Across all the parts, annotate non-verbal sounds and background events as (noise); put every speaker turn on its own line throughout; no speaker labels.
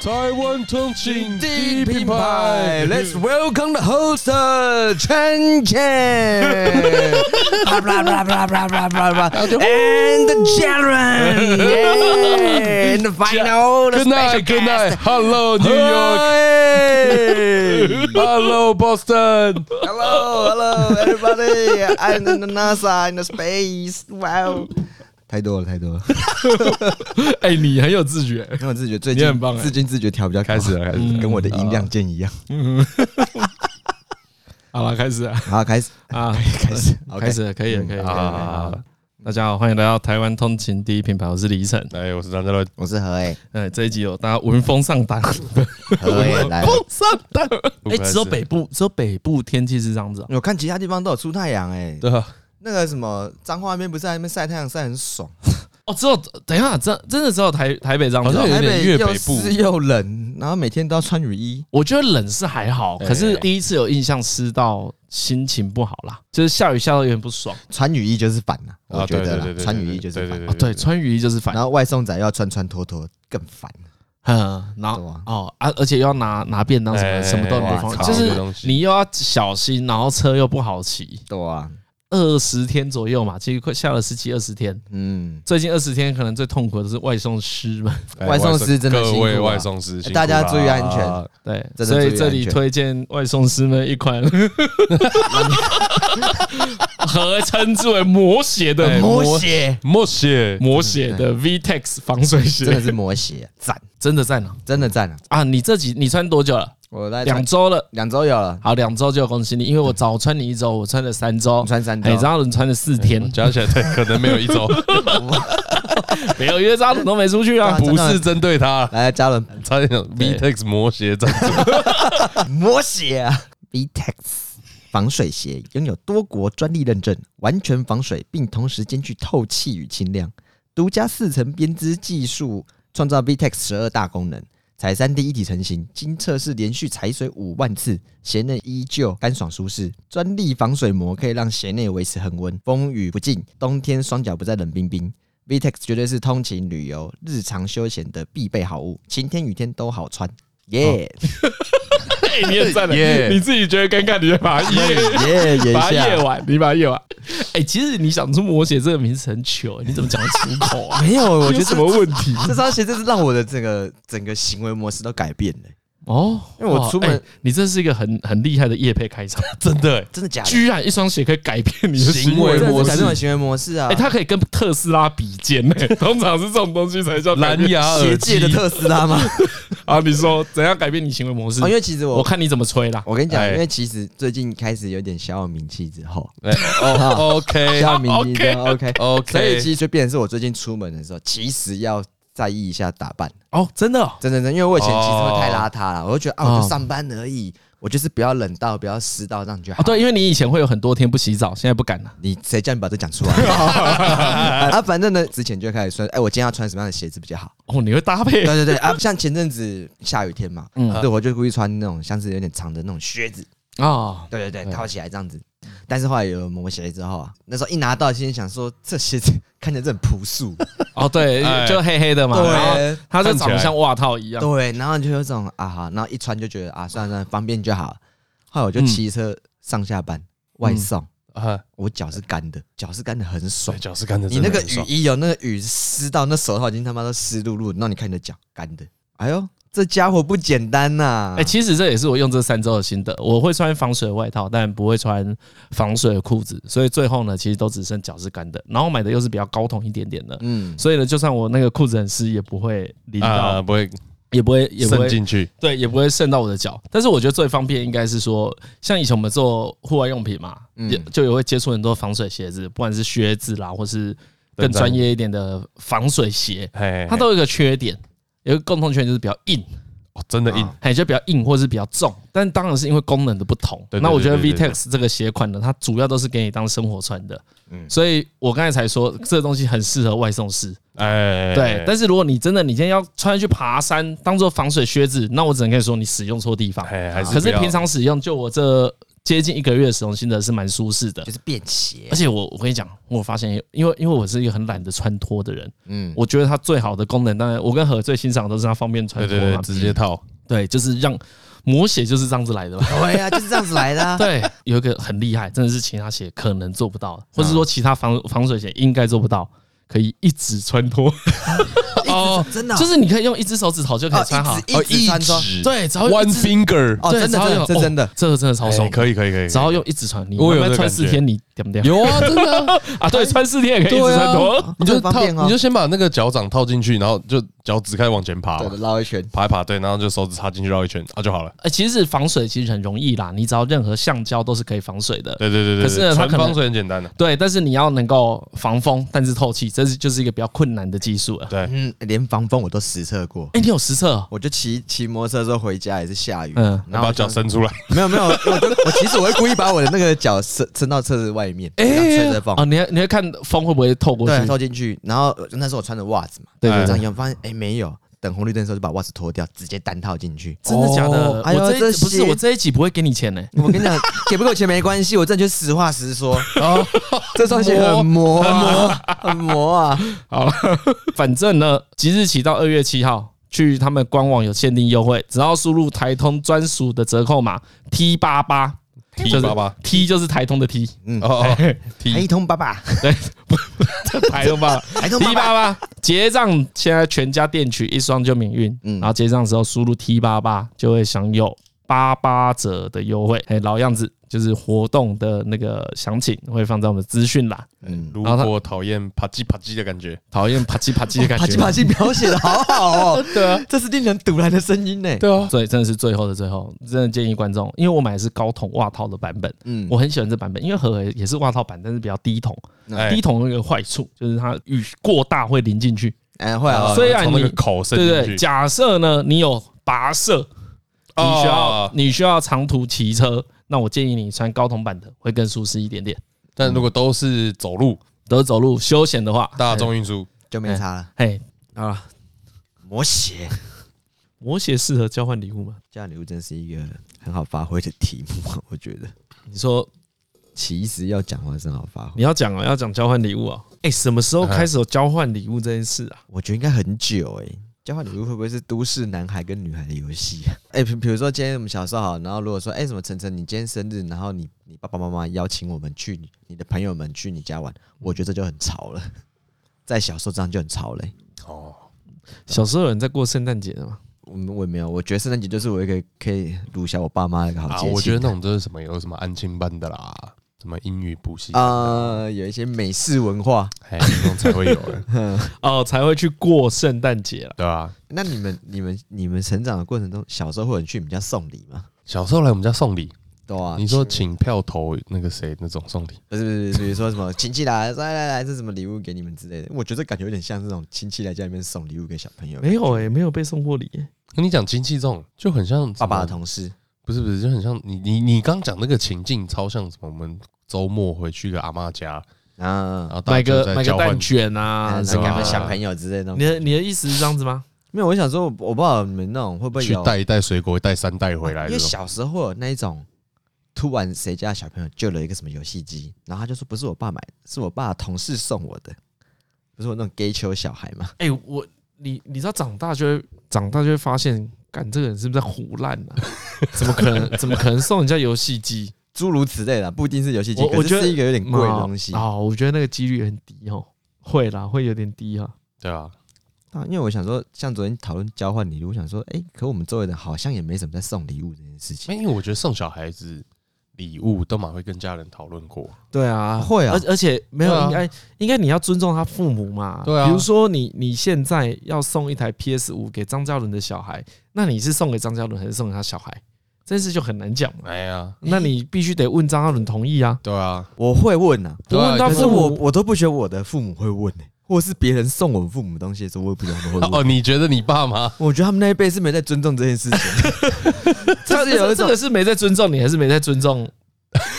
台湾通勤
第
第
一
一
品
品
牌
牌
，Let's welcome the host
(laughs)
陈倩，blah blah blah blah blah blah blah blah，and Jaren，yeah, and the final the
Good night,
special
good night.
guest.
Hello, New York. (laughs)
Hey.
Hello, Boston.
Hello, hello, everybody! I'm in the NASA in the space. Wow，太多了，太多了。
(laughs) 哎、你很有自觉。
因为我自己觉得最
你
近
很棒欸
自己自觉调比较高
开始了开始了嗯啊
跟我的音量键一样。
好了，开始啊
好，开始，
啊，
开始，好
开始了，可以了，
嗯
可以了。
好
可以
好
了
好好好，
大家好，欢迎来到台湾通勤第一品牌，我是李晨。
哎，我是张家乐。
我是何
(laughs)
诶，
哎，这一集有大家闻风
(laughs)
丧胆，
何诶来了。
丧胆。哎，
开始
只有北部，只有北部天气是这样子啊。
我看其他地方都有出太阳哎，
对啊，
那个什么彰化那边不是在那边晒太阳晒很爽，
哦，只有等一下，真真的只有台台北这样子
好像。
啊
哦有
台
点
北
越
又
北部
湿又冷，然后每天都要穿雨衣。哎
我觉得冷是还
哦
好，可是第一次有印象湿到心情不好啦，就是下雨下到有点不爽。
穿雨衣就是烦呐，
啊
我觉得
对对对
啦，
对
穿雨衣就是
对对
烦。
对
对，穿雨衣就是烦
然。后外送仔又要穿穿脱脱，更烦。
嗯，然
对啊
后哦啊，而且又要拿拿便当什么
哎
的什么都很
哇
不方
操
便，就
这个东
是
西
你又要小心，然后车又不好骑。
对啊，
二十天左右嘛，其实快下了十七二十天。
嗯，
最近二十天可能最痛苦的是外送师们，
哎
外送师真的
各
辛苦
位
啊
外送师，辛苦啊
大家注意
啦
安全。
对，
真的
所
注
以
意
这
安
里
全
推荐外送师们
(laughs)
一款，合称之为魔鞋的
哎
魔
鞋
默写，
魔鞋的 VTEX 防水鞋，
真的是魔鞋，赞，
真的在哪
真的赞啊！
啊？你这几你穿多久了？
我来
两周了。
两周有了，
好，两周就恭喜你，因为我早穿你一周，我穿了三周
我，穿三周
哎，，张浩伦穿了四天，
加起来对可能没有一
(laughs)
周，
没有，因为张浩伦都没出去
(laughs)
啊
对。
不是针对他，
来嘉伦
差点讲 VTEX 魔鞋赞助。
魔鞋啊，VTEX 防水鞋拥有多国专利认证，完全防水，并同时兼具透气与轻量，独家四层编织技术创造 VTEX 十二大功能。踩三 D 一体成型，经测试连续踩水五万次，鞋内依旧干爽舒适。专利防水膜可以让鞋内维持恒温，风雨不进，冬天双脚不再冷冰冰。VTEX 绝对是通勤、旅游、日常休闲的必备好物，晴天雨天都好穿，耶、 (laughs)
哎，你也在了，
耶
你自己觉得尴尬，你就把它夜
耶，演
(laughs) 把它夜
下。
晚，你把它夜晚。哎，其实你想出魔鞋这个名字很糗，你怎么讲得出口
(laughs)
啊？
没有，我觉
有
得
什么问题？
这双鞋真是让我的整个整个行为模式都改变了，
哦，
因为我
哇
出门
哎你这是一个很很厉害的夜配开场，
真的，
真的假的？
居然一双鞋可以改变你的
行
行为
为
真的是
模式
改。变我的行为模式啊！
哎、它可以跟特斯拉比肩呢、 (laughs) 通常是这种东西才叫改
蓝
变
牙
学
耳
界
机
的 (laughs) 特斯拉吗？
(laughs)
啊！你说怎样改变你行为模式？
哦，因为其实
我
我
看你怎么吹啦。
我跟你讲，
哎
因为其实最近开始有点小有名气之后，
哎
啊
哦 (laughs) OK
小有名气之后 OK，
OK，
所以其实就变成是我最近出门的时候，其实要在意一下打扮，
哦，真的、哦，
真的真的，因为我以前其实会太邋遢了，我就觉得啊，我
哦
就上班而已，我就是不要冷到，不要湿到，这样就好
啊，。对，因为你以前会有很多天不洗澡，现在不敢啊了。
你谁叫你把这讲出来？啊，反正呢，之前就开始说，哎、我今天要穿什么样的鞋子比较好？
哦，你会搭配
对对对啊，像前阵子下雨天嘛，
嗯
对，我就故意穿那种像是有点长的那种靴子，
哦，
对对对，套起来这样子。但是后来有了魔鞋之后啊，那时候一拿到，心里想说这鞋子看起来真的很朴素，
哦，对，
哎
就黑黑的嘛，然后
对
它就长得像袜套一样。
对，然后就有这种啊哈，然后一穿就觉得啊，算了算了，方便就好。后来我就骑车上下班、外送，
啊，哎
我脚是干的，脚是干的很爽
对，。脚是干的
哎你
真
那
的
个
很
雨
爽，
衣有那个雨湿到那手套已经他妈都湿漉漉，那你看你的脚干的，哎呦，这家伙不简单呐、
哎、
嗯
其实这也是我用这三周的心得。我会穿防水的外套，但不会穿防水的裤子，所以最后呢，其实都只剩脚是干的。然后买的又是比较高筒一点点的，
嗯，
所以呢，就算我那个裤子很湿，也不会淋到，
啊，不会
也不会，也不
渗
会
进去，
对，也不会渗到我的脚。但是我觉得最方便应该是说，像以前我们做户外用品嘛，
嗯
也就也会接触很多防水鞋子，不管是靴子啦，或是更专业一点的防水鞋，
哎，
它都有一个缺点，有一个共同缺点就是比较硬，
哦真的硬，
哎，就比较硬或是比较重。但当然是因为功能的不同。
对对对
那我觉得
对对对
VTEX 这个鞋款呢，它主要都是给你当生活穿的，
嗯
所以我刚才才说这个东西很适合外送师。
哎，
对，但是如果你真的你今天要穿去爬山当做防水靴子，那我只能跟你说你使用错地方。
哎还是
可是
不要
平常使用，就我这接近一个月的使用心得是蛮舒适的
就。是便携
而，且我我跟你讲，我发现，因为因为我是一个很懒得穿脱的人，
嗯，
我觉得它最好的功能，当然我跟何最欣赏的都是啊它方便穿
对
脱
对对
嘛，，
直接套，
对，就是让磨血就是这样子
(laughs)
来的吧。
对呀，就是这样子来的啊。
(laughs) 对，有一个很厉害，真的是其他鞋可能做不到的，或者说其他防防水鞋应该做不到，可以一直穿脱，
哦，真的哦，
就是你可以用一只手指头就可以穿好
哦，一直一直穿穿，
指
对，只要用一
one
只
finger，
哦，
对
真
只要
的，
用
这
哦
真的，
这个真的超
哎
爽，
可以可以可以，
只要用一直穿，你
我有
慢
这
慢
个
穿
感
四
觉
天，你点不点？
有啊，真的啊，
(laughs) 啊，对，穿四天也可以一
对
直穿脱。
啊，你
这
就
很方
套，
便哦
你就先把那个脚掌套进去，然后就脚趾开始往前爬嘛
对，的，绕一圈，
爬一爬，对，然后就手指插进去绕一圈啊就好了。
(laughs) 哎，其实防水其实很容易啦，你只要任何橡胶都是可以防水的。
对对对对，
可是呢
对
它
传
可能
防水很简单的，
对，但是你要能够防风，但是透气，这是就是一个比较困难的技术了。
对，
嗯，连防风我都实测过。
哎，你有实测哦？
我就骑骑摩托车的时候回家也是下雨，
嗯
你
然后
把
我
脚
想
伸出来，
没有没有，我就我其实我会故意把我的那个脚伸伸到车子外面，然后吹着风，
哦，你要你要看风会不会透过去
对，？套进去。然后呃那时候我穿着袜子嘛，
对
哎
对
这
对
样，用发现哎没有，等红绿灯的时候就把袜子脱掉，直接单套进去。
真的假的？
哦哎呦
我这一集
这
不是
些
我这一集不会给你钱呢、
我跟你讲， (laughs) 给不够钱没关系，我真的就实话实说，
哦，
这双鞋很磨啊，很磨啊，
好了， (laughs) 反正呢，即日起到二月七号，去他们官网有限定优惠，只要输入台通专属的折扣码 T 八八
T 八八，
T 就是台通的 T，
嗯
哦，哦
台
，T
哎通爸爸，
(laughs) 台通吧。
台通
T
爸爸，
八八结账，现在全家店取一双就免运，
嗯
然后结账的时候输入 T 八八就会享有八八折的优惠。哎，老样子，就是活动的那个详情会放在我们资讯栏。
嗯，
如
然后它
果讨厌啪叽啪叽的感觉，
讨厌啪叽啪叽的感觉，
啪叽啪叽描写的好好哦，
(laughs) 对啊，
这是令人堵然的声音
(laughs)
呢。
对啊，
所以真的是最后的最后，真的建议观众，因为我买的是高筒袜套的版本，
嗯，
我很喜欢这版本，因为和也是袜套版，但是比较低筒。
哎
低，筒有一个坏处就是它雨过大会淋进去，
哎会啊，
虽然
从那个
你
口
对
伸
不
进
对？
去，
假设呢，你有跋涉，你需要
哦
你需要长途骑车，那我建议你穿高筒版的会更舒适一点点。
但如果都是走路，
得走路休闲的话，
大众运输，
就没差了
嘿，
啊。磨鞋，
魔鞋适合交换礼物吗？
这样礼物真是一个很好发挥的题目啊，我觉得。
你说
其实要讲话是很好发挥，
你要讲哦，要讲交换礼物哦。哎，什么时候开始有交换礼物这件事啊？
我觉得应该很久哎、交换礼物会不会是都市男孩跟女孩的游戏 (laughs) 啊？哎、比比如说今天我们小时候好，然后如果说哎、什么晨晨你今天生日，然后你你爸爸妈妈邀请我们去你你的朋友们去你家玩，我觉得这就很潮了， (laughs) 在小时候这样就很潮欸嘞、
哎小时候有人在过圣诞节的吗？
我们我也没有，我觉得圣诞节就是我一个可以撸下我爸妈的一个好
啊，
节庆。
我觉得那种就是什么有什么安亲班的啦，什么英语补习啊，
呃，有一些美式文化。
哎，那种才会有的，
哦，才会去过圣诞节啦。
对吧？
那你们、你们、你们成长的过程中，小时候会有人去你们家送礼吗？
小时候来我们家送礼，
对啊，
你说请票投那个谁那种送礼，
不是不是，比如说什么亲戚来，说来来来，这是什么礼物给你们之类的。我觉得感觉有点像这种亲戚来家里面送礼物给小朋友，
没有哎、没有被送过礼、欸。
跟你讲亲戚这种就很像
爸爸的
什么
同事，
不是不是，就很像你你你刚讲那个情境，超像什么？我们周末回去个阿嬷家，然
啊，
后大
买
家就
个
在
买个
交换
蛋卷
啊，
啊
那
什
给
么
他
啊
们
的。
小朋友之类的东
你
西。
的你的意思是这样子吗？
没有，我想说，我我不知道你们那种会不会
去
有
带一袋水果，带三袋回来
啊因
这
为
种。
小时候有那一种，突然谁家的小朋友就了一个什么游戏机，然后他就说不是我爸买的，是我爸同事送我的，不是我那种 gay 球小孩嘛。
哎、我你你知道长大就会长大就会发现，干这个人是不是在胡乱呢、 (laughs) 怎么可能？怎么可能送人家游戏机？
诸如此类的，不一定是游戏机，
我
可
我
是
觉得
是一个有点贵的东西
啊、哦我觉得那个几率很低哦。会啦，会有点低哈。
对啊，
啊，因为我想说，像昨天讨论交换礼物，我想说，哎、可我们周围的好像也没什么在送礼物这件事情。
因为我觉得送小孩子礼物都蛮会跟家人讨论过。
对啊
会啊
而而且没有
对啊
应该应该你要尊重他父母嘛。
对啊
比如说你你现在要送一台 PS 五给张嘉伦的小孩，那你是送给张嘉伦还是送给他小孩？这件事就很难讲嘛。
哎呀，
那你必须得问张嘉伦同意啊。
对啊，
我会问啊，
对啊
不问到
可是
父
我
母，
我都不觉得我的父母会问呢、或是别人送我父母东西的时候，我也不觉得他们会
(laughs)
问。
哦，你觉得你爸妈？
我觉得他们那一辈是没在尊重这件事情，
(laughs) 这
是有一
这
种？
个是没在尊重你，还是没在尊重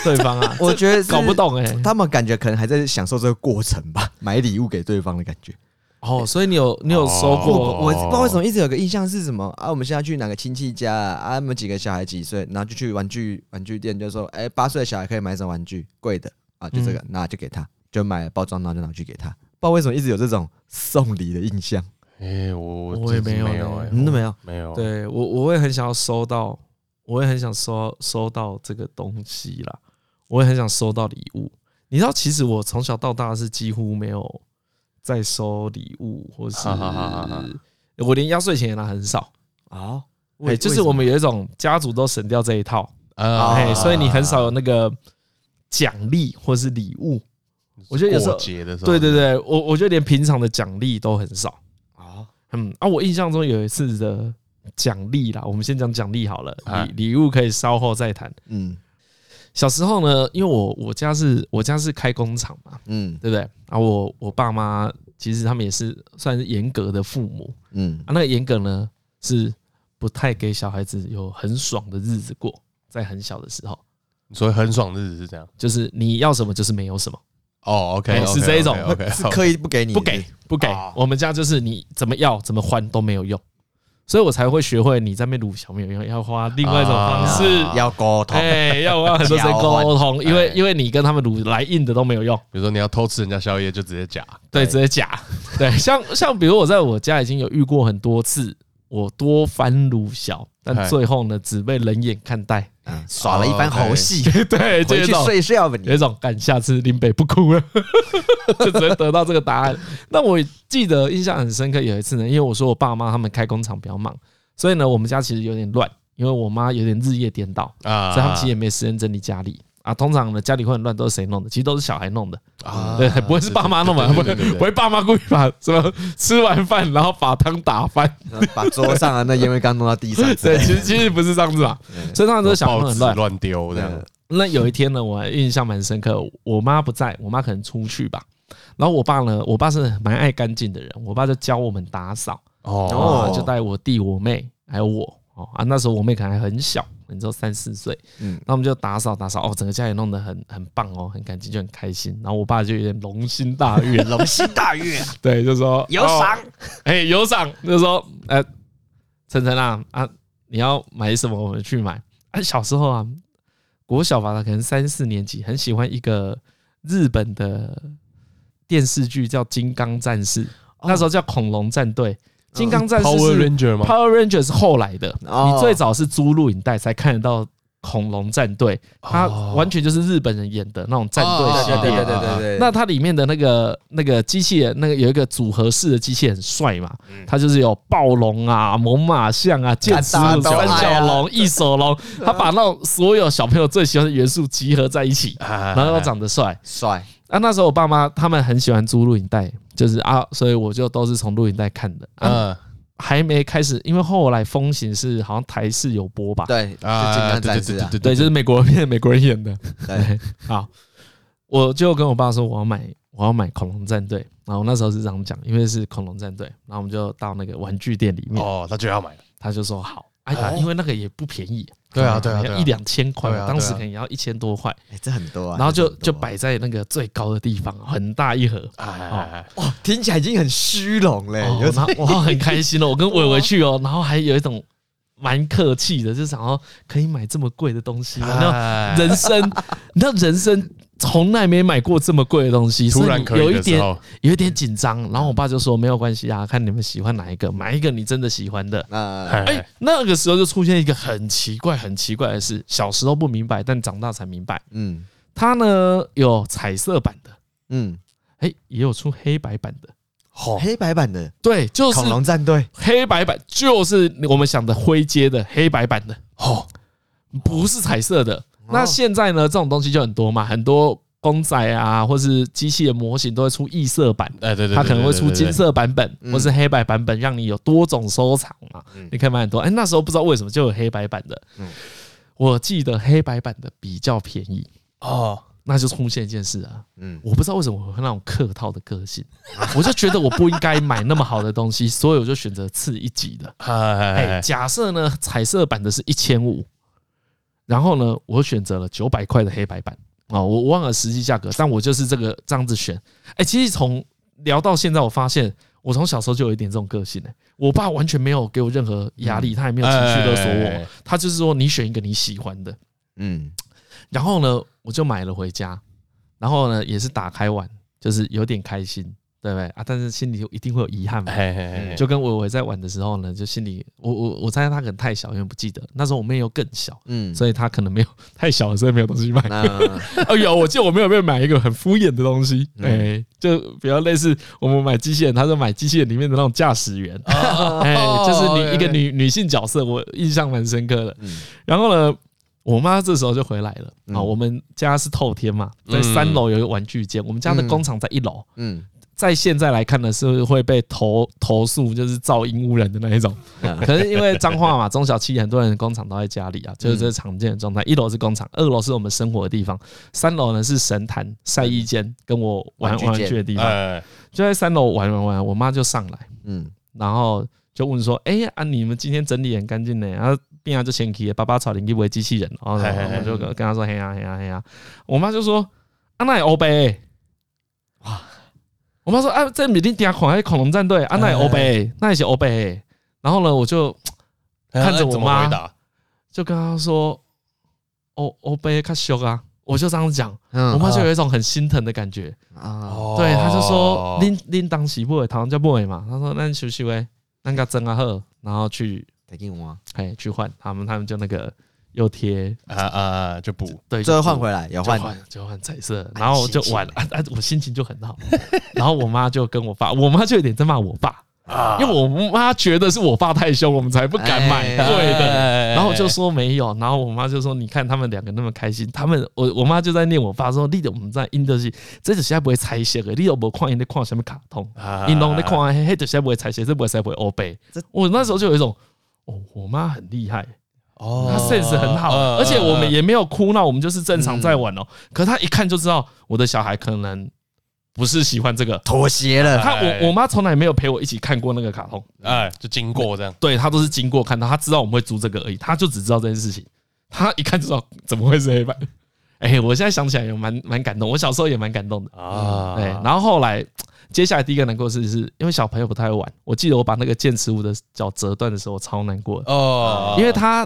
对方啊 (laughs)
我觉得是
搞不。懂哎、
他们感觉可能还在享受这个过程吧，买礼物给对方的感觉。
哦，所以你有你有收
我
哦
过？
我不知道为什么一直有个印象是什么啊？我们现在去哪个亲戚家啊？啊，他们几个小孩几岁？然后就去玩具玩具店，就说：“哎、八岁的小孩可以买什么玩具？贵的啊，就
嗯
这个，那就给他，就买了包装，然后就拿去给他。”不知道为什么一直有这种送礼的印象，
哦
哎，我
我也
这次
没有
没
呢
有，哎
你、们都没有？
没有，
对我我会很想要收到，我会很想收收到这个东西啦，我也很想收到礼物。你知道，其实我从小到大是几乎没有在收礼物，或是
哈哈哈哈哈
我连压岁钱也拿很少。
啊、
哎、就是我们有一种家族都省掉这一套，
啊
哎、所以你很少有那个奖励或是礼物。我觉得有时候
过节的时候，
对对对，我我觉得连平常的奖励都很少。
啊，
嗯啊，我印象中有一次的奖励啦，我们先讲奖励好了，
哎
礼礼物可以稍后再谈。
嗯
小时候呢，因为我我家是我家是开工厂嘛，
嗯
对不对？啊，我我爸妈其实他们也是算是严格的父母
嗯
啊，那个严格呢是不太给小孩子有很爽的日子过，在很小的时候，
所以很爽的日子是这样。
就是你要什么就是没有什么，
哦，OK，
哎是这一种
(laughs) OK，
是刻意不给你，
不给不给
哦，
我们家就是你怎么要怎么还都没有用，所以我才会学会你在那边撸小没有用，要花另外一种方式。
啊
要沟通，
哎、 (laughs) 要我要很多时间沟通，因为因为你跟他们撸来硬的都没有用，
比如说你要偷吃人家宵夜，就直接夹。
对，
对
直接假。 (laughs) 对，像像比如我在我家已经有遇过很多次，我多番撸小，但
哎
最后呢只被冷眼看待。
嗯耍了一番
哦
猴戏，
(laughs) 对，就
回
有一
去
种
睡觉吧
有 (laughs)
你
一。种干，下次林北不哭了， (laughs) 就只能得到这个答案。那我记得印象很深刻，有一次呢，因为我说我爸妈他们开工厂比较忙，所以呢我们家其实有点乱，因为我妈有点日夜颠倒，
(laughs) 啊
所以他们其实也没时间整理家里。啊，通常呢，家里会很乱，都是谁弄的？其实都是小孩弄的，
啊
对，不会是爸妈弄吧？不
对
会，
对对对对
不会爸妈故意把什么吃完饭然后把汤打翻？
把桌上的那烟灰缸弄到地上之类
对，
的，
其实其实不是这样子嘛，所以他们都是小孩弄
报
很
纸
乱。
乱丢这样
嗯。
那有一天呢，我印象蛮深刻，我妈不在，我妈可能出去吧。然后我爸呢，我爸是蛮爱干净的人，我爸就教我们打扫，
哦
哦
哦，就带我弟、我妹还有我哦啊，那时候我妹可能还很小，你知道三四岁，
嗯
那我们就打扫打扫，哦，整个家也弄得很很棒哦，很干净，就很开心。然后我爸就有点龙心大悦，
龙心大悦啊，
对，就说
有赏，
哎、有赏，就说，呃，晨晨啊啊，你要买什么，我们去买。啊，小时候啊，国小吧，可能三四年级，很喜欢一个日本的电视剧叫《金刚战士》，
哦
那时候叫《恐龙战队》。金刚战士
，Power
是
Ranger 吗？
Power Ranger 是后来的，
哦
你最早是租录影带才看得到。恐龙战队，它
哦
完全就是日本人演的那种战队
哦
系列。
对对对对对对，
那它里面的那个那个机器人，那个有一个组合式的机器人很帅嘛，它就是有暴龙啊、猛犸象啊、剑齿
干
虎、
嗯大刀
三
啊
角龙、异手
(laughs)
龙，它把那种所有小朋友最喜欢的元素集合在
(laughs)
一起，
啊
然后又长得帅。
帅，
啊，那时候我爸妈他们很喜欢租录影带，就是啊，所以我就都是从录影带看的。啊，
嗯
还没开始，因为后来风行是好像台视有播
(laughs)
吧？
对，就金
啊，对对
刚战士
对
啊，
对
对，就是美国 (laughs) 片，美国人演的。
对， (laughs)
好，我就跟我爸说我要买我要买恐龙战队，然后那时候是这样讲，因为是恐龙战队，然后我们就到那个玩具店里面，
哦，他就要买了
他就说好，哎
哦，
因为那个也不便宜，
对啊
可能
对啊对啊
一两千块
对啊对，啊
当时可能也要一千多块，
哎，这很多啊，
然后就
这很多
就摆在那个最高的地方，很大一盒。
哎哎哎
哇，哦听起来已经很虚荣嘞，
哦
有
然后我很开心了，我跟伟伟去哦，然后还有一种蛮客气的，就想要可以买这么贵的东西吗，然后
哎
人生，你知道人生从来没买过这么贵的东西，
突
所
然
你
可
有
以的
一
时
点
候，
有一点紧张。然后我爸就说没有关系啊，看你们喜欢哪一个，买一个你真的喜欢的。
那
哎
哎、那个时候就出现一个很奇怪、很奇怪的事，小时候不明白，但长大才明白。
嗯
它呢有彩色版的，
嗯，
哎、也有出黑白版的。
好
黑白版的
对，就是
恐龙战队
黑白版，就是我们想的灰阶的黑白版的。哦
好
不是彩色的。
哦
那现在呢，这种东西就很多嘛，很多公仔啊，或是机器的模型都会出异色版，
哎对对，对
它可能会出金，
对对对对
色版本
嗯
或是黑白版本，让你有多种收藏嘛
嗯。
你可以买很多。哎，那时候不知道为什么就有黑白版的
嗯，
我记得黑白版的比较便宜。
哦，
那就出现一件事啊，
嗯
我不知道为什么我会那种客套的个性，我就觉得我不应该买那么好的东西，所以我就选择次一级的。
哎哎
哎，
哎
假设呢，彩色版的是一千五，然后呢，我选择了九百块的黑白版啊、哦我忘了实际价格，但我就是这个这样子选。哎、其实从聊到现在，我发现我从小时候就有一点这种个性、欸、我爸完全没有给我任何压力，他也没有情绪勒
嗯
索
哎哎哎
我
哎，
他就是说你选一个你喜欢的，
嗯，
然后呢，我就买了回家，然后呢也是打开玩，就是有点开心，对不对啊？但是心里一定会有遗憾嘛。
嘿嘿嘿，
就跟伟伟在玩的时候呢，就心里我我我猜他可能太小，因为不记得那时候我妹又更小，
嗯，
所以他可能没有太小了，所以没有东西买。
那 (laughs)
哦，有，我记得我没有被买一个很敷衍的东西，
嗯
哎、就比较类似我们买机器人，他说买机器人里面的那种驾驶员， (laughs) 哎、就是女一个女女性角色，我印象蛮深刻的。
嗯
然后呢，我妈这时候就回来了。
嗯
啊，我们家是透天嘛，在
嗯
三楼有一个玩具间，我们家的工厂在一楼。
嗯
在现在来看呢，是会被投投诉，就是噪音污染的那一种。
嗯
(laughs) 可是因为彰化嘛，中小企业很多人工厂都在家里啊，就是这是常见的状态。一楼是工厂，二楼是我们生活的地方，三楼呢是神坛、晒衣间，跟我玩
玩具
玩
间
具的地方。
哎，
就在三楼玩玩玩，我妈就上来，
嗯
然后就问说：“哎、啊，你们今天整理很干净呢？”然后边啊就前提爸爸草林一为机器人，然后
嘿嘿嘿
然后我就跟跟她说：“嘿呀嘿呀嘿呀！”我妈就说：“啊，那也欧北。”哇！我妈说：“啊，这米定底下恐还恐龙战队啊，那也欧北，那也是欧北。”然后呢，我就看着我
哎怎么
妈
回答，
就跟她说：“哦欧欧北卡修啊！”我就这样讲，
嗯
我妈就有一种很心疼的感觉。
啊，
哦
对，他就说拎拎当时不会，台湾叫不会嘛。他说那休息喂，那个真啊好，然后去
再给我，
哎去换他们，他们就那个又贴
啊
哎
啊就补，
对，
最后换回来有
就
换，
换就换彩色，
哎
然后我就玩啊啊，我心情就很好。然后我妈就跟我爸，我妈就有点在骂我爸，因为我妈觉得是我爸太凶，我们才不敢
哎
买对的。
的
然后我就说没有，然后我妈就说：“你看他们两个那么开心，他们我我妈就在念我爸说，你的我们在印的是，这就是不会拆卸的，你有没有看因在看什么卡通？
啊
你拢在看迄迄就是不会拆卸，这不会才不会欧背
这。
我那时候就有一种，哦，我妈很厉害，
哦
她 sense 很好，而且我们也没有哭闹，我们就是正常在玩哦。可她一看就知道我的小孩可能不是喜欢这个。
妥协了，
她我我妈从来没有陪我一起看过那个卡通，
哎就经过这样，
对她都是经过看到，她知道我们会租这个而已，她就只知道这件事情，她一看就知道怎么会是黑白。 (laughs) 哎，我现在想起来也蛮蛮感动，我小时候也蛮感动的。
啊
嗯对，然后后来接下来第一个难过的事是因为小朋友不太会玩，我记得我把那个剑齿虎的脚折断的时候，我超难过的，
哦，
因为它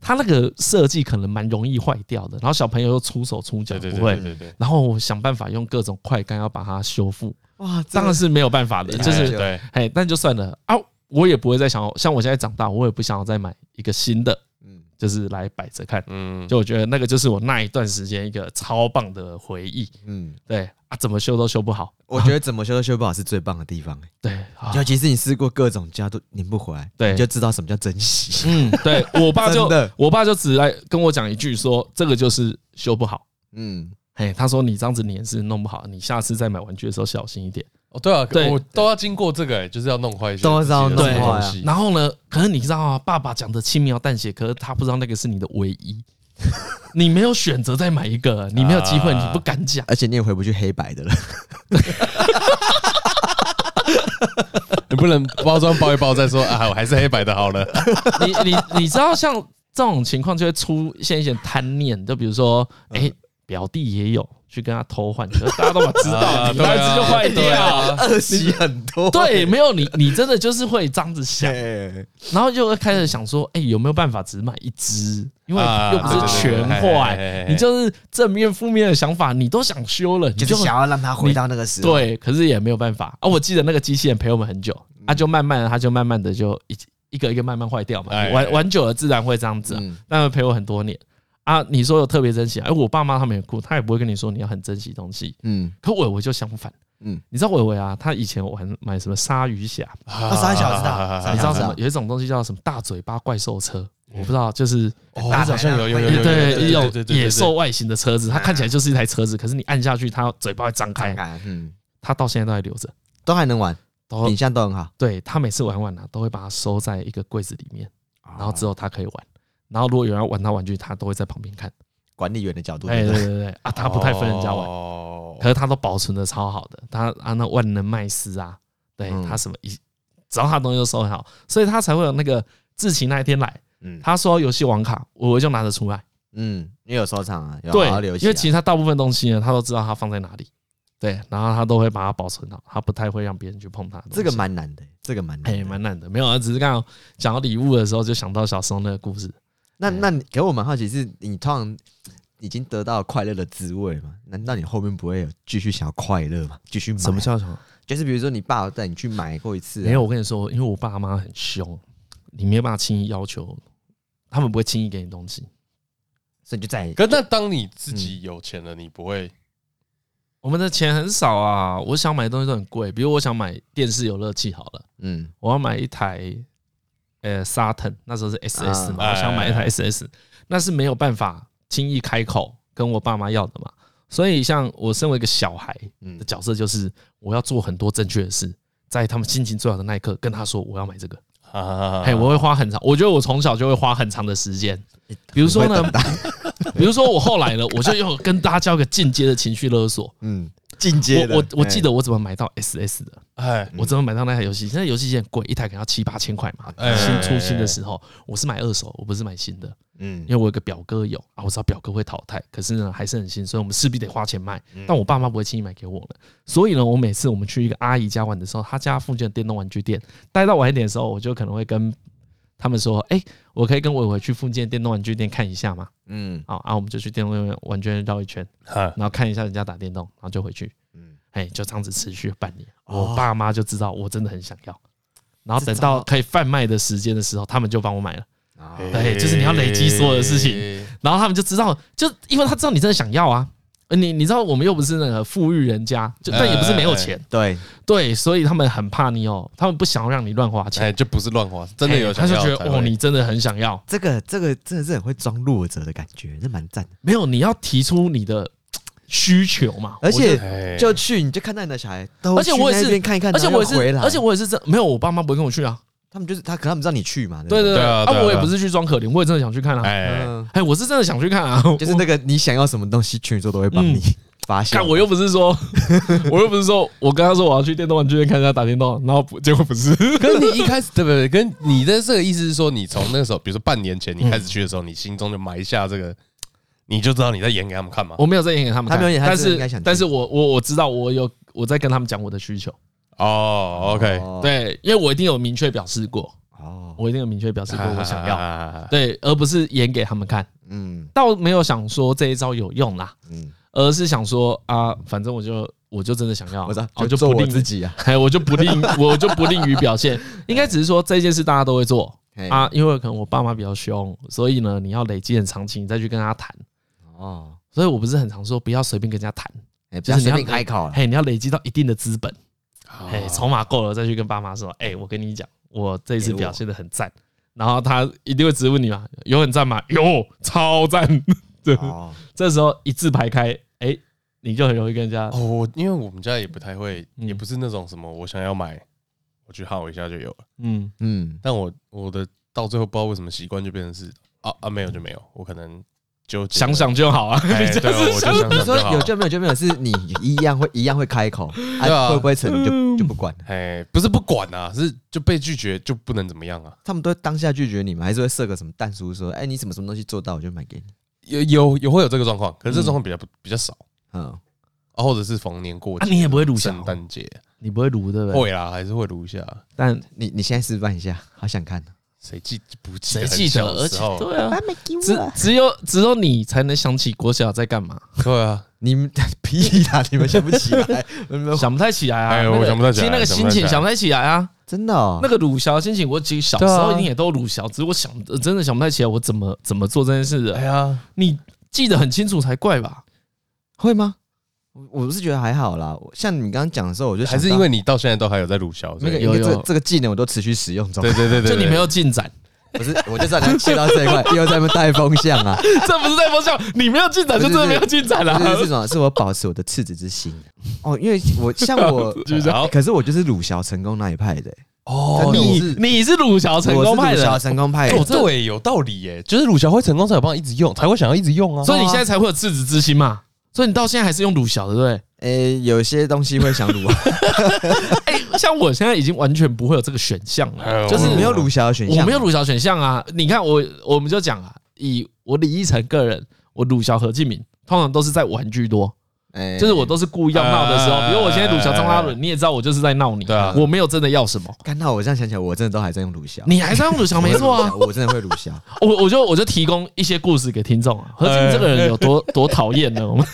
它那个设计可能蛮容易坏掉的，然后小朋友又出手出脚
对对对
不会
对。对对，
然后我想办法用各种快杆要把它修复，
哇，这
当然是没有办法的，
厉害
就
了
是
对
哎，但就算了啊，我也不会再想要，像我现在长大，我也不想要再买一个新的，
嗯
就是来摆着看。
嗯
就我觉得那个就是我那一段时间一个超棒的回忆，
嗯，
对啊，怎么修都修不好，
我觉得怎么修都修不好是最棒的地方，哎
对，啊
尤其是你试过各种家都拧不回来，
对
你就知道什么叫珍惜，
嗯，对我爸
(laughs) 真
就
的
我爸就只来跟我讲一句说，这个就是修不好。
嗯，
嘿，他说你这样子你也是弄不好，你下次再买玩具的时候小心一点。
哦对啊，
对
我都要经过这个，哎就是要弄坏一些
都是要
自己的
弄坏啊
东西
然后呢，可是你知道啊，爸爸讲的轻描淡写，可是他不知道那个是你的唯一， (laughs) 你没有选择再买一个，你没有机会，你
啊
不敢讲。
而且你也回不去黑白的了，
你不能包装包一包再说啊，我还是黑白的好了。
你你你知道像这种情况就会出现一些贪念，就比如说，哎，表弟也有去跟他偷换，可是大家 (laughs) 都把知道，
啊
你
对啊
儿子就坏
对
掉
啊。
恶 (laughs) 习很多，欸
对，没有你，你真的就是会这样子 (laughs) 想，
对，
然后就会开始想说，哎、有没有办法只买一只？因为
啊
又不是全
对对对嘿嘿
坏
嘿，嘿
你就是正面、负面的想法，你都想修了，你
就是
就
想要让他回到那个时候，
对，可是也没有办法啊。我记得那个机器人陪我们很久，啊，就慢慢的，它就慢慢的就一一个一个慢慢坏掉嘛，
哎
玩玩久了自然会这样子、啊，
嗯
但是陪我很多年啊。你说有特别珍惜，哎，我爸妈他们也哭，他也不会跟你说你要很珍惜东西，
嗯
可伟伟就相反，
嗯，
你知道伟伟啊，他以前玩买什么鲨鱼侠。
啊
三小知道
你知道什
我
么？
知
有一种东西叫什么大嘴巴怪兽车，我不知道，就是
哦，好像有有有有有有
对
有
一
有
种
对对
野兽外形的车子，它看起来就是一台车子，可是你按下去，它嘴巴会张开，
看，嗯，
它到现在都还留着。
都还能玩，
都
品相都很好，
对它每次玩完啊，都会把它收在一个柜子里面，然后只有它可以玩。然后如果有人要玩它玩具，它都会在旁边看。
管理员的角度，
哎，
对不
对
对
对对啊，它不太分人家玩，
哦
可是它都保存的超好的。它啊，那万能麦斯啊，对
嗯
它什么一，只要它东西都收很好，所以它才会有那个志勤那一天来，
嗯
他说游戏网卡，我我就拿得出来。
嗯，因为有收藏啊，有
对
好好留，起
因
来，
为其实他大部分东西呢，他都知道他放在哪里，对，然后他都会把它保存好，他不太会让别人去碰它的东西。
这个蛮难的，这个蛮难
哎
的。
蛮难的，没有啊，只是刚好讲到礼物的时候就想到小时候那个故事。哎
那那你给我蛮好奇，是你通常已经得到快乐的滋味吗？难道你后面不会有继续想要快乐吗？继续买？
什么？叫什么？
就是比如说你爸有带你去买过一次、啊
没有，，我跟你说，因为我爸妈很凶，你没有办法轻易要求，他们不会轻易给你东西。
所以你就再也
可是那当你自己有钱了，你不会
我们的钱很少啊，我想买的东西都很贵，比如我想买电视游乐器好了，
嗯
我要买一台呃沙腾，那时候是 SS 嘛，
啊
我想买一台 SS，那是没有办法轻易开口跟我爸妈要的嘛。所以像我身为一个小孩
嗯
的角色，就是我要做很多正确的事，在他们心情最好的那一刻跟他说我要买这个。
啊
嘿，我会花很长，我觉得我从小就会花很长的时间。比如说呢，比如说我后来呢，我就又跟大家教一个进阶的情绪勒索。
嗯，进阶的
我我我记
哎
得我怎么买到 SS 的，
哎
我怎么买到那台游戏？现在游戏机很贵，一台可能要七八千块嘛。
哎
新出新的时候，我是买二手，我不是买新的，
嗯
因为我有个表哥有啊，我知道表哥会淘汰，可是呢还是很新，所以我们势必得花钱卖。
嗯
但我爸妈不会轻易买给我了，所以呢，我每次我们去一个阿姨家玩的时候，她家附近的电动玩具店，待到晚一点的时候，我就可能会跟他们说，哎、我可以跟伟伟去附近的电动玩具店看一下嘛。
嗯
啊啊，我们就去电动玩具店绕一圈，
哈
然后看一下人家打电动，然后就回去。
嗯，
哎，就这样子持续半年，
哦
我爸妈就知道我真的很想要。然后等
这招
到可以贩卖的时间的时候，他们就帮我买了。
啊
对就是你要累积所有的事情然后他们就知道，就因为他知道你真的想要啊。呃你你知道我们又不是那个富裕人家，就但也不是没有钱，
对，
对，所以他们很怕你哦，他们不想让你乱花钱。
哎，就不是乱花，真的有
哎
想
他就
要
觉
才
得
会
哦，你真的很想要。
这个这个真的是很会装弱者的感觉，这蛮赞的。
没有，你要提出你的需求嘛。
而且
哎
就去你就看到你的小孩，都
而且
去
我也
那
是
边看一看，
而且
然后
我也
又回
是，
来，
而且我也是真没有，我爸妈不会跟我去啊。
他们就是他，可能他们知道你去嘛，
对
不
对
对啊对啊
我也
对啊
不是去装可怜，我也真的想去看啊。
哎
嗯，
哎，我是真的想去看
(laughs)
啊，
就是那个你想要什么东西，全宇宙都会
嗯
帮你发现。
看，我又不
(laughs)
是说，我又不是说，我跟他说我要去电动玩具店看人家打电动，然
(laughs)
后不结果不是，
可是你一开始对不对？跟你的这个意思是说，你从那个时候，比如说半年前你开始去的时候，你心中就埋下这个，你就知道你在演给他们看嘛。
(laughs) 我没有在演给他们看，
他没有演他
但
真的应该想
是
去
但是我我我知道我有我在跟他们讲我的需求，
哦，OK，
哦，
对，因为我一定有明确表示过，
哦，
我一定有明确表示过我想
啊
要，
要，
对，而不是演给他们看，
嗯
倒没有想说这一招有用啦，
嗯，
而是想说啊，反正我就我就真的想要，
我知道，
我
就
就
做
不
我
吝
自己啊。
(laughs) 哎，我就不
(laughs)
吝，我就不吝于表现，应该只是说这件事大家都会做
(laughs) 嘿
啊，因为可能我爸妈比较凶，所以呢，你要累积很长期，你再去跟他谈。
哦，
所以我不是很常说不要随便跟人家谈，
哎，不
就
要
是你
随
要
便开口了。
嘿，你要累积到一定的资本，
哦
好
哎，筹码够了再去跟爸妈说，哎，我跟你讲，我这一次表现的很赞，然后他一定会质问你嘛，有很赞吗？有，超赞。对，
哦，
这时候一字排开，哎，你就很容易跟人家
哦，我因为我们家也不太会，
嗯
也不是那种什么我想要买，我去耗一下就有了。
嗯，
嗯，
但我我的到最后不知道为什么习惯就变成是啊啊没有就没有，我可能就
想，想 (laughs) 就好啊，
哎，对，我就想想
你说
就好
有。就没有就没有，是你一样会一样会开口，
对
啊，
啊
会不会成你就就不管了。
哎，不是不管啊，是就被拒绝就不能怎么样啊。
他们都会当下拒绝你们，还是会设个什么淡书说，哎，你什么什么东西做到，我就买给你。
有有有会有这个状况，可是这状况比较不比较少
嗯，
啊，或者是逢年过
啊
节，
你也不会录像
圣诞节
你不会撸对不对？
会啦，还是会撸一下。
但
你你现在示范一下，好想看。
谁记不记？
谁记得？而
很小的
且
时候
对啊，
没给
只只有只有你才能想起国小在干嘛，
对啊，
你们 (laughs) 屁啦！你们想不起来，你们
想不太起来啊。
哎
那个
我想不太起来
其实那个心情想不太起来啊。
(laughs) 真的哦
那。个鲁小的心情，我其实小时
啊
候一定也都鲁小，只是我想呃真的想不太起来我怎么怎么做这件事
哎
的。
呀，
你记得很清楚才怪吧？
会吗？我我是觉得还好啦。我像你刚刚讲的时候，我就想
还是
到
因为你到现在都还有在鲁枭，
那
所
个
以
有
因为这
有
个这个技能我都持续使用中
对。对对对，
就你
对
没有进展， (laughs)
不是，我就知道你要切到这一块，又在那边带风向
(laughs)
啊。
这不是在风向，你没有进展就真的没有进展啊
这是
了
这。种，是我保持我的赤子之心。 (laughs) 哦，因为我像我，
就是这样
欸可是我就是鲁小成功那一派的、
哦
真的
你
我是
你是鲁小成功派
我是鲁小
的，哦
成功派
哎
的。
对，有道理耶，就是鲁枭会成功才有办法一直用，才会想要一直用啊。
所以你现在才会有赤子之心嘛。所以你到现在还是用鲁小的，对不对？
呃、有些东西会想
(laughs)
鲁，啊
哎，像我现在已经完全不会有这个选项了。
哎
就是
你没有鲁小的选项，
我没有鲁小选项啊。你看我，我们就讲啊，以我李依晨个人，我鲁小何敬敏，通常都是在玩具多，
哎
就是我都是故意要闹的时候，
哎
比如我现在鲁小张拉伦，你也知道我就是在闹你，
对啊
我没有真的要什么，
干到我这样想起来，我真的都还在用鲁小，
你还是要用鲁小没错啊。
我真的会鲁小，
我我就我就提供一些故事给听众啊，何止这个人有多多讨厌呢？我们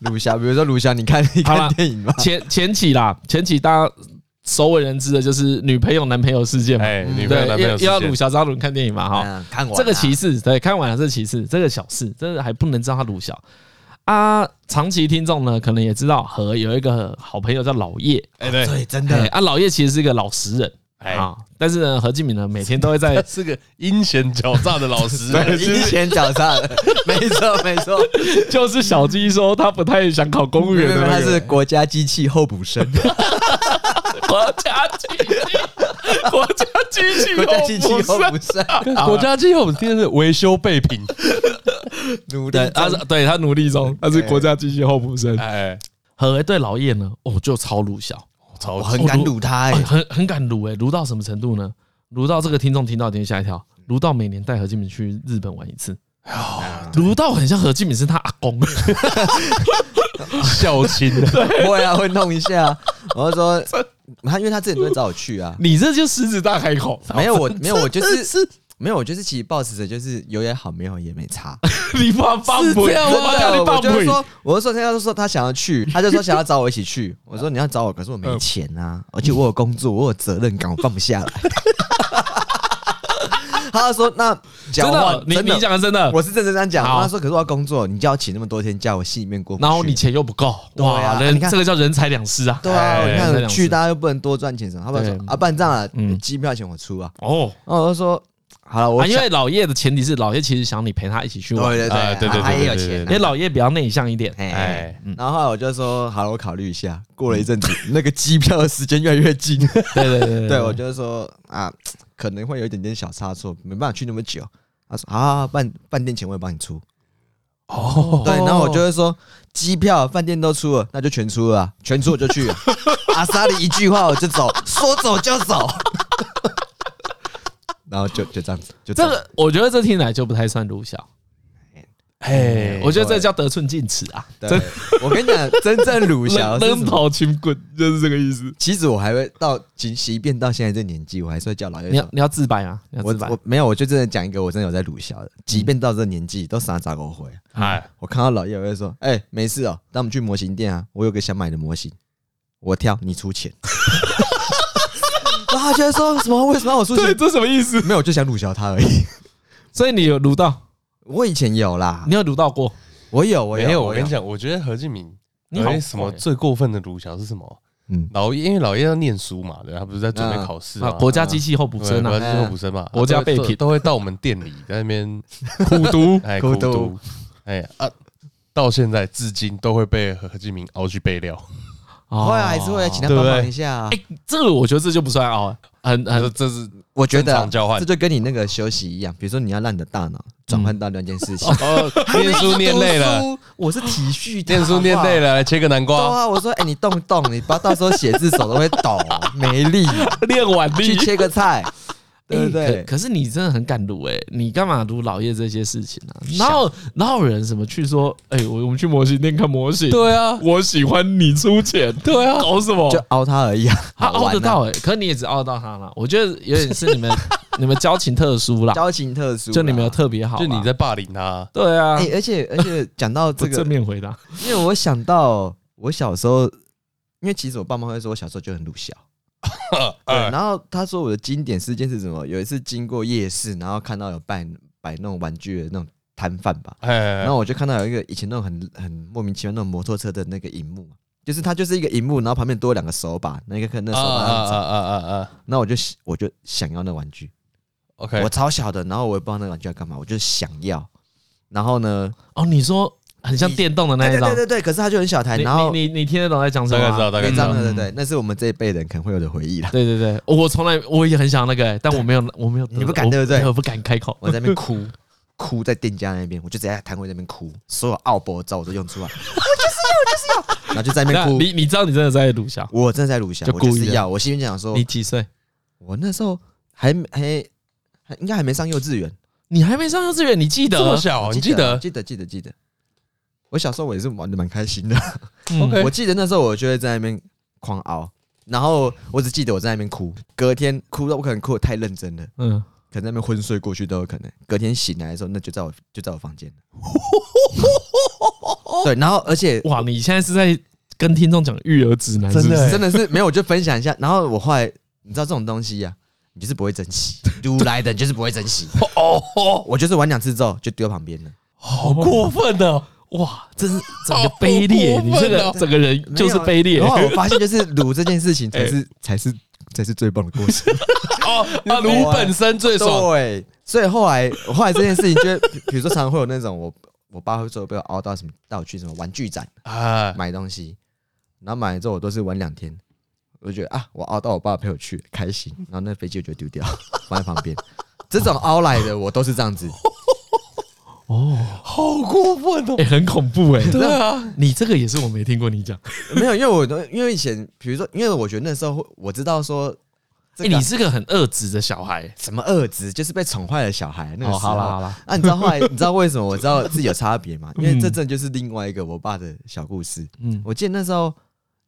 鲁小，比如说鲁小，你看你
好
看
啦
电影吗？
前前期啦，前期大家首为人知的就是女朋友男朋友事件嘛，
哎，女朋友
对，
男朋友
要要
之
鲁
间，
小张伦看电影嘛哈，
嗯，看完啊
这个其次，对，看完了这其次，这个小事，真的还不能让他鲁小啊。长期听众呢，可能也知道何有一个好朋友叫老叶，
哎对，
对，真
对
的
啊，老叶其实是一个老实人
哎，
啊，但是呢，何敬敏呢每天都会在
他是个阴险狡诈的老 (laughs) 师，
哎
对，
就
阴
是
险狡诈的，没错没错，
就是小鸡说他不太想考 (laughs) 公务
没
员
有
的
没有他
那个哎
是
人，
国家机器候补生，
国家机器，国家机器，
国家机器候补生，
国家机构，我们听的是维修备品，
努力
对，啊他是对他努力中，他是国家机器候补生。
哎，
何对老叶呢，哦，就超鲁小。
超
我很敢撸他
哎
哎，
很很敢撸哎、撸到什么程度呢？撸到这个听众听到点吓一跳，撸到每年带何敬敏去日本玩一次，
哦
撸到很像何敬敏是他阿
(laughs)
公，
孝
(laughs)
亲，
哦
会啊会弄一下，我就说他因为他之前都会找我去啊，
你这就狮子大开口，
没有我没有我就
真的
是
是
没有我就是其实抱持着就是有也好没有也没差，
你爸爸
是
不
这样吗
我叫
对
你爸
我就是
爸
说，我就说他就说他想要去，他就说想要找我一起去。我说你要找我，可是我没钱
嗯
啊，而且我有工作，我有责任感，我放不下
(laughs)
来。他就说那交
真
换
的，，你你讲的真的，
我是认真这样讲。
好
他说可是我要工作，你就要请那么多天假，我心里面过不去。
然后你钱又不够，
对啊
哇，
啊
人
你看
这个叫人财两失啊，
对啊，
哎
你
这
看
两
我去
次
大家又不能多赚钱什么，他们说
对
啊，不然这样啊
嗯，
机票钱我出啊。
哦。
然后我就说好了，我
啊，因
想
为老叶的前提是老叶其实想你陪他一起去玩，
对
啊对
对
对
对，他
对
也有
对对
钱
对
因为
啊，
老叶比较内向一点，
哎。
哎，
嗯
然后后来我就说好了，我考虑一下。过了一阵子， (laughs) 那个机票的时间越来越
(laughs)
近，
对对对对
对我就是说啊，可能会有一点点小差错，没办法去那么久。他说啊，饭饭店钱我也帮你出。
哦
对，然后我就会说，机票、饭店都出了，那就全出了啊，全出我就
(laughs)
去了。阿萨里一句话我就走，说走就
(laughs)
走。然后就就这样子，就
这
样
个我觉得这听起来就不太算鲁小，
哎，
我觉得这叫得寸进尺啊，
对，我跟你讲，真正鲁
扔
翔是什
扔
么？
头轻棍就是这个意思。
其实我还会到，即即便到现在这年纪，我还是会叫老爷
你要
说。
你要自白啊，你要
我
自白
我没有，我就真的讲一个，我真的有在鲁小的，即便到这年纪都傻傻给我回。
哎，
我看到老叶，我就说：“哎、没事哦，那我们去模型店啊，我有个想买的模型，我挑，你出钱。”然后他就会说什么？为什么要我出
对，
钱？
这什么意思？
没有，我就想鲁小他而已。
所以你有撸到，
我以前有啦
你，有撸到过？
我有，我
没有，我
我
跟你，讲，我觉得何敬明
你好哎
有什么最过分的鲁想是什么？
嗯，
老叶，因为老叶要念书嘛，对，他不是在准备考试嘛，？
啊国家机器候补
对
生
国
啊，
家机构补生嘛，
国家备品
哎都都会到我们店里在那边苦读，哎，
苦
苦
读
读，哎啊，到现在至今都会被何敬明熬去备料，
哦
后来还是会请他帮忙一下、啊。
哎，这个我觉得这就不算熬，很
这
很
这是
我觉得
正
啊
常交换
这就跟你那个休息一样，比如说你要让你的大脑转换到两件事情。
哦， (laughs) 念书念累
(laughs)
了，，
我是体恤他，
念书念累 (laughs)
了。
了，来切个南
对
瓜，
啊，我说，哎、你动一动，你不要到时候写字手都会抖，没力，
练完
去
力。
切个菜，对
哎
不对？
可可是你真的很敢撸哎，你干嘛撸老叶这些事情啊？哪有哪有人什么去说哎，我我们去模型店看模型，
对啊，
我喜欢你出钱，对啊，搞什么
就？凹他而已啊，
他
好
凹
玩
得
啊
到哎，可你也只凹得到他了。我觉得有点是你
(laughs)
们你们交情特殊啦，
交情特殊啦，啊
就啊你没有特别好啦，
就你在霸凌他，
对啊，
哎，而且而且讲到
不
这个
正，面回答
因为我想到我小时候，因为其实我爸妈会说我小时候就很鲁小，对，
哎
然后他说我的经典事件是什么？有一次经过夜市，然后看到有摆摆那种玩具的那种摊贩吧，然
哎
后我就看到有一个以前那种很很莫名其妙那种摩托车的那个荧幕，就是它就是一个荧幕，然后旁边多两个手把，那个可能那
啊
手把
啊
很
啊
长，
啊啊啊
那我就我就想要那玩具。
，OK，
我超小的，然后我也不知道那个玩具要干嘛，我就想要。然后呢，
哦，你说很像电动的那
对
一
对
种
对，对对，可是它就很小台，
你
然后
你你你听得懂在讲什
大
么
概
吗？
知道，大概
对
知
张
道
嗯，
对对对，那是我们这一辈人可能会有的回忆啦。
对对对，哦我从来我也很想要那个、欸但我没有，我没有，
你不敢
我
对不对
我不敢开口。
我在那边哭，哭在店家那边，我就直接在摊位那边哭，所有奥博照我都用出来，我 (laughs) 就是要，我就是要，然后就在那边
那
哭。
你你知道你真的在录下？
我真的在鲁翔，
就
我
故意
就是
的
要，我心里想说
你，几岁？
我那时候还还还应该还没上幼稚园，
你还没上幼稚园，你记
这么
得？
哦小，你
啊记
记得
记得记得记得，我小时候我也是玩的蛮开心的。
嗯
OK 对
我记得那时候我就会在那边狂熬，然后我只记得我在那边哭，隔天哭到我可能哭的太认真了，
嗯，
可能在那边昏睡过去都有可能。隔天醒来的时候，那就在我就在我房间了。对，然后而且
哇，你现在是在跟听众讲育儿指南，
真的
是不是
欸
真的是没有，我就分享一下。然后我后来你知道这种东西呀、你就是不会珍惜，如来的你就是不会珍惜。哦，我就是玩两次之后就丢旁边了。
好过分哦！
哇，这是整个卑劣，
好过分
你
哦
这个整个人就是卑劣啊哎
然后我发现，就是卤这件事情才
(laughs)
是才是才是最棒的过程。
哦，啊
我
卢本身最爽，
对，所以后来后来这件事情，就是比比如说常常会有那种我我爸会说被我熬到什么，带我去什么玩具展
啊，
买东西，然后买了之后我都是玩两天，我就觉得啊，我熬到我爸陪我去开心，然后那飞机我就丢掉放在旁边。这种熬来的我都是这样子，
哦，
好过分哦
哎，！很恐怖哎。
对啊，
你这个也是我没听过你讲，
没有，因为我都因为以前比如说，因为我觉得那时候我知道说。这
哎，
个
你是个很恶质的小孩。
什么二子，就是被宠坏的小孩。那个时候，
哦，好啦好啦，
那、啊你知道后来你知道为什么我知道自己有差别吗？因为这真的就是另外一个我爸的小故事。
嗯，
我记得那时候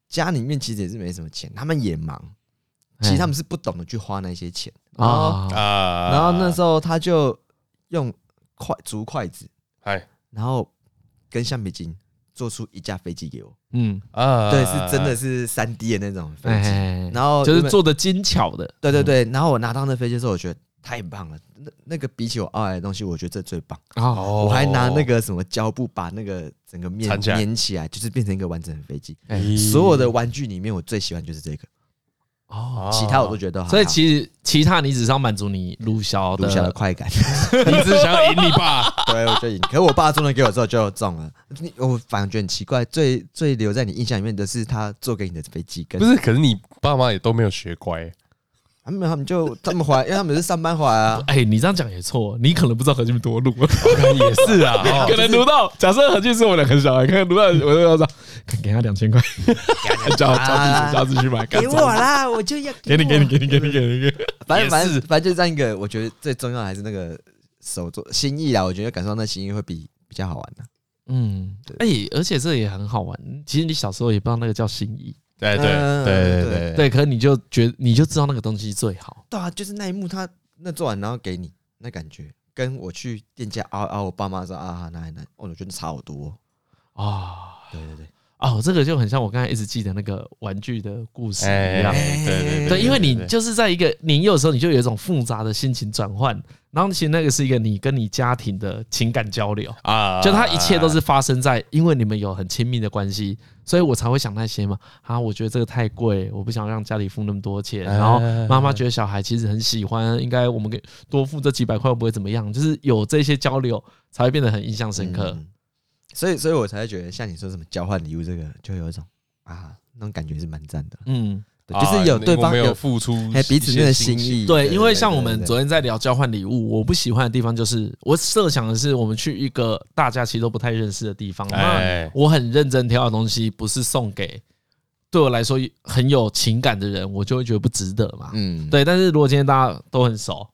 家里面其实也是没什么钱，他们也忙，其实他们是不懂得去花那些钱。然后，
啊，
啊
然后那时候他就用筷竹筷子，
哎
然后跟橡皮筋做出一架飞机给我。
嗯，
啊
对，是真的是三 D 的那种飞机。
哎，
然后
就是
做。
做的嗯精巧的，
对对对，然后我拿到那飞机的时候，我觉得太棒了。那那个比起我奥来的东西，我觉得这最棒。
哦，
哦
我还拿那个什么胶布把那个整个面
缠起来
粘起来，就是变成一个完整的飞机。
哎
所有的玩具里面，我最喜欢就是这个，
哦，
哦
其他我都觉得还好。
所以其实其他你只是要满足你鲁小
读
的
下的快感，
你只想要赢你爸，
对我就赢。可是我爸做了给我之后就中了，你我反而觉得很奇怪。最最留在你印象里面的是他做给你的飞机，跟
不是？可是你爸妈也都没有学乖，
他们他们就他们回来，因为他们是上班回来
(laughs)
啊。
哎、你这样讲也错，你可能不知道何俊多录，可
也是 (laughs) 啊，哦
能读到。假设何俊是我两个小孩，可能读到我就要说，看给他两千块，叫叫自己叫自己去买，
啊给
干
我啦，我就要
给你给你给你给你给你给你。
反正
也
反
是
正反正就是这样一个，我觉得最重要的还是那个手作心意啦。我觉得感受到那心意会比比较好玩啊的、
嗯，哎、而且这也很好玩。其实你小时候也不知道那个叫心意，
对对
嗯
对对对，
对，可是你就觉你就知道那个东西最好。
对啊，就是那一幕他那做完然后给你那感觉，跟我去店家啊啊，我爸妈说啊那那，哦我觉得差好多、
啊
对对对，
哦，这个就很像我刚才一直记得那个玩具的故事一样。
哎对对
对，因为你就是在一个年幼的时候，你就有一种复杂的心情转换，然后其实那个是一个你跟你家庭的情感交流，
啊
就它一切都是发生在因为你们有很亲密的关系，所以我才会想那些嘛。啊，我觉得这个太贵，我不想让家里付那么多
哎
钱。然后妈妈觉得小孩其实很喜欢，应该我们给多付这几百块不会怎么样，就是有这些交流才会变得很印象深刻。
嗯所以所以我才会觉得像你说什么交换礼物这个，就有一种啊那种感觉是蛮赞的，
嗯，
对，就是有
啊
对
我
方
们有
有
付出
还彼此那个
一
心
些
意，
对，因为像我们
对
昨天在聊交换礼物，我不喜欢的地方就是，我设想的是我们去一个大家其实都不太认识的地方，那
哎
我很认真挑的东西，不是送给对我来说很有情感的人，我就会觉得不值得嘛。
嗯，
对，但是如果今天大家都很熟，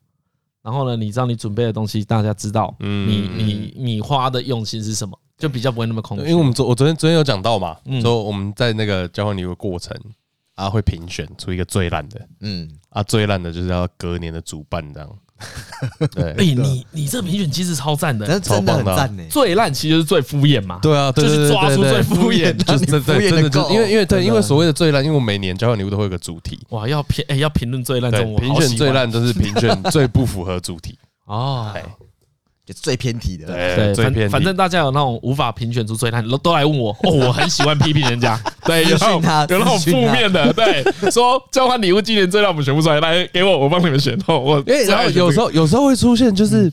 然后呢，你知道你准备的东西，大家知道
嗯
你你你花的用心是什么，就比较不会那么空
对
虚。
因为我们昨我昨天昨天有讲到嘛
嗯，
说我们在那个交换礼物的过程啊，会评选出一个最烂的
嗯，
啊，最烂的就是要隔年的主办这样。对
哎，你你这评选机制超赞
但是
的，
真的很赞呢、
最烂其实就是最敷衍嘛。
对啊，对
就
对
是
对
抓
对
住
对
最敷衍的
就是真的
让你敷衍
真
得
的就
够
是因为因为
真
对，
的
因为所谓的最烂，因为我每年交换礼物都会有个主题，
哇，要评哎、要评论最烂
对
中，文，
评
好喜
选
欢
最烂就是评选最不符合主题，
哦。
哎
就最偏题的，
对，
(laughs) 对，
最偏
反
题
反正大家有那种无法评选出最烂，都都来问我哦，我很喜欢批评
(laughs)
人家，对，有那
私讯
种
他
(laughs) 有那种
私
负
讯他
面的，对，说交换礼物今年最烂我们选不出来，来给我，我帮你们选哦，我
因为哎然后有时
候
候有时候会出现
嗯
就是，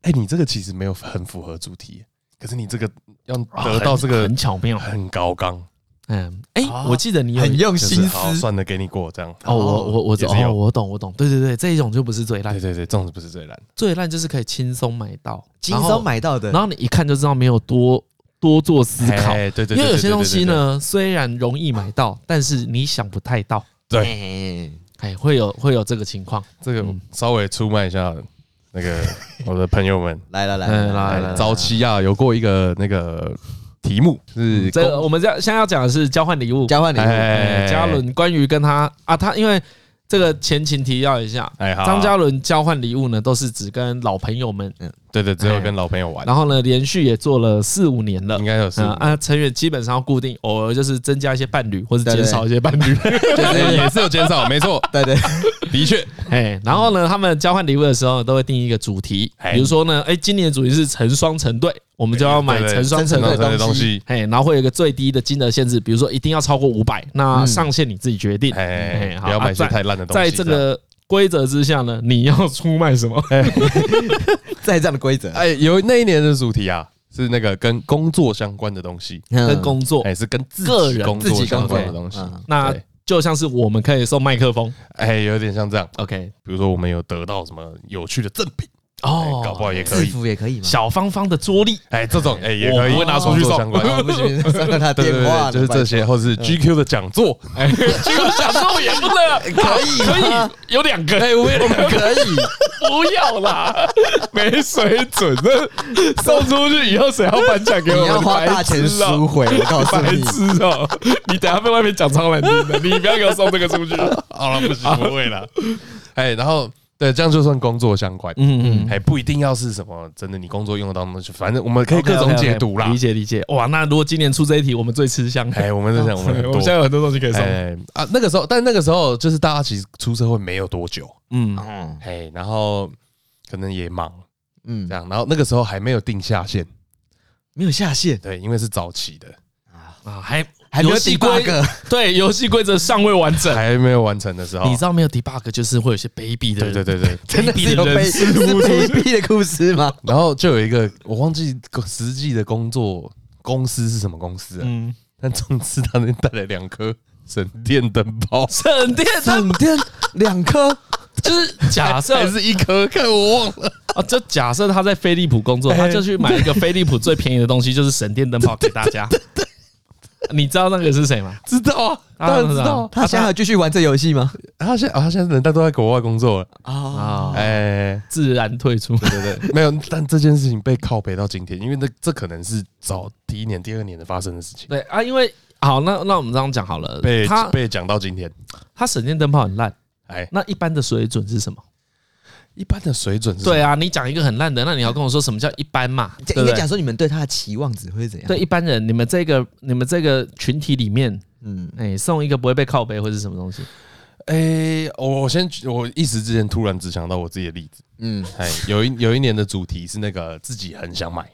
哎，你这个其实没有很符合主题，可是你这个要 (laughs) 得到这个
很巧妙，
很高纲，
嗯，哎
啊，
我记得你有
很用
就是
心
好
思。
算了，给你过这样。
哦，我我我
也是
哦，
有
我懂我懂，对对对，这一种就不是最烂
对，对对，粽子不是最烂，
最烂就是可以轻松买到，
轻
然后
松，买到的，
然后你一看就知道没有多多做思考，
哎对对，对
因为有些东西，呢，虽然容易买到，但是你想不太到，
对对对对对
哎
哎，会有会有这个情况。
对，这个稍微出卖一下那个我的朋友们。哎
来来来
来来
来
(laughs) 来
来，
啊早期啊，有过一个那个题目是
这个我们这现在要讲的是交换礼物，
交换礼物，
哎嘉伦关于跟他啊，他因为这个前情提要一下，
哎好，
张嘉伦交换礼物呢，都是只跟老朋友们，
对对，只有跟老朋
(laughs)
友玩，
然后呢，连续也做了四五年了
哎应。该有是
啊啊，成员基本上要固定，偶尔就是增加一些伴侣，或者
对对
减少一些伴侣。
(laughs) 就是也是有减少，没错，
对对，
的确，
哎，然后呢，他们交换礼物的时候都会定一个主题，
哎
比如说呢，哎，今年的主题是成双成对，我们就要买
对对
成双成
成
对
长成
的东
的
西。
东西，
哎，然后会有一个最低的金额限制，比如说一定要超过五百，那
嗯
上限你自己决定。
哎，
好
不要
啊
买一些
在
太烂的东西。
在这个规则之下呢，你要出卖什么？
在这样的规则
这样，，哎，有那一年的主题啊，是那个跟工作相关的东西，
嗯
跟工作，
哎，是跟自
个
己
人
工
自
作
己
相
工作
关的东西。
嗯
那
对
就像是我们可以送麦克风。
哎，有点像这样，
OK，
比如说我们有得到什么有趣的赠品，哎，
哦，
搞不好也可
制
以，
服也可以吗？
小方方的桌历，
哎，这种哎也可以
(laughs) 我不会拿出
工
去
作
送
相关。
哦不行，删了他的
对对
电话
对，
了，
就是这些，或是
嗯
GQ 的讲座，
哎，这个想送也不能，
可以
可
吗
以有两个，
哎，我
(laughs)
也
拜托，可以，
不要啦，没水准，这送出去以后谁要颁奖给我
你
们？
要花大钱
白痴啊
赎回，我告诉
白
你，
痴哦、你等下被外面讲超难听的，你不要给我送这个出去。
(laughs) 好了，不行，不会了。哎，然后对，这样就算工作相关，
嗯嗯，
哎，不一定要是什么真的你工作用得到的东西，反正我们可以各种解读啦
嗯理。哦解理解。哇，那如果今年出这一题，我们最吃香。
哎，我们在想，我
(laughs) 我
们很
们
多
现在有很多东西可以送。
哎啊，那个时候，但那个时候就是大家其实出社会没有多久，
嗯，
嗯
哎，然后可能也忙
嗯
这，样，然后那个时候还没有定下限，
没有下限
对，因为是早期的，
啊，还
还没有
游戏
debug
规对游戏规则尚未完整。
还没有完成的时候
你，知道没有 debug 就是会有些卑鄙的
对
人，
对对对，
真的是有卑
卑鄙的人
是
事物出
卑
现。
鄙的故事吗？
然后就有一个我忘记实际的工作公司是什么公司啊，
嗯，
但总之他那带了两颗省电灯
(laughs)
泡，
省电灯
整天两颗，
就是假设
还是一颗，看我忘了，
啊，就假设他在飞利浦工作，他就去买一个飞利浦最便宜的东西，就是省电灯泡给大 (laughs) 家。你知道那个是谁吗？
知道啊，
啊
当然知
知
道
道，
他现在还有继续玩这游戏吗？
他现在啊，他现在人他都在国外工作了，
啊，
啊，
哎。
自然退出。对对对，
没有，但这件事情被靠背到今天，因为那这可能是早第一年、第二年的发生的事情，
对啊，因为好，那那我们这样讲好了，
被
他
被讲到今天。
他省电灯泡很烂，
哎，
那一般的水准是什么？
一般的水准是
对啊，你讲一个很烂的，那你要跟我说什么叫一般嘛？对
应
不
该
对
讲？说你们对他的期望值会是怎样？
对，一般人，你们这个你们这个群体里面，
嗯，
哎，送一个不会被靠背或是什么东西？
哎，我我先我一时之间突然只想到我自己的例子。
嗯
哎，有一有一年的主题是那个自己很想买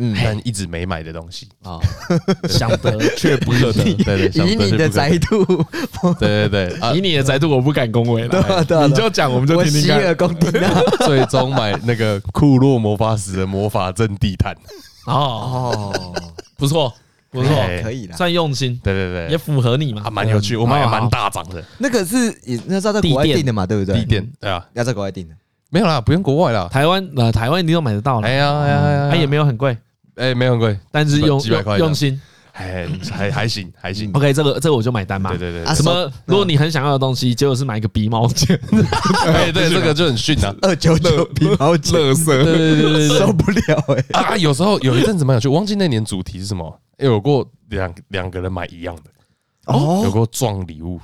嗯，
但一直没买的东西，
啊，想
(laughs)
得却不可得。
对对，想
以你的
得
宅
却不
度，
可得对对 (laughs) 对啊
以，你的宅度，我不敢恭
(laughs)
维
对
了。哎
啊对啊
你
对啊
就讲，我们就
我
听听
洗
看。
耳恭听啊！
最终买那个库洛魔法使的魔法阵地毯，
哦，
哦，
不错，不错，
哎
可以啦。
算用心，
对对啊
也嗯
对，
符合你嘛
还，蛮有趣，我买也蛮大张的
那个是也那是要在国外
地垫
订的嘛，对不对？
地垫，对啊，
要在国外订的，
没有啦，不用国外啦，
台湾呃，台湾你都买得到了啊
哎，呀哎呀哎呀，
它也没有很贵，
哎没有很贵，
但是用
几百块这
用
样
用心。
哎还还行还行，
嗯 OK，这个这个我就买单嘛。
对对对
啊
什么？如果你很想要的东西，结果是买一个鼻毛剪，
哎对，这个就很逊 (laughs) 啊。
二九九皮毛姐，
对对对对对
受不了哎！
啊！有时候有一阵子蛮有趣，忘记那年主题是什么。哎有过两两个人买一样的，有
哦，
过撞礼物。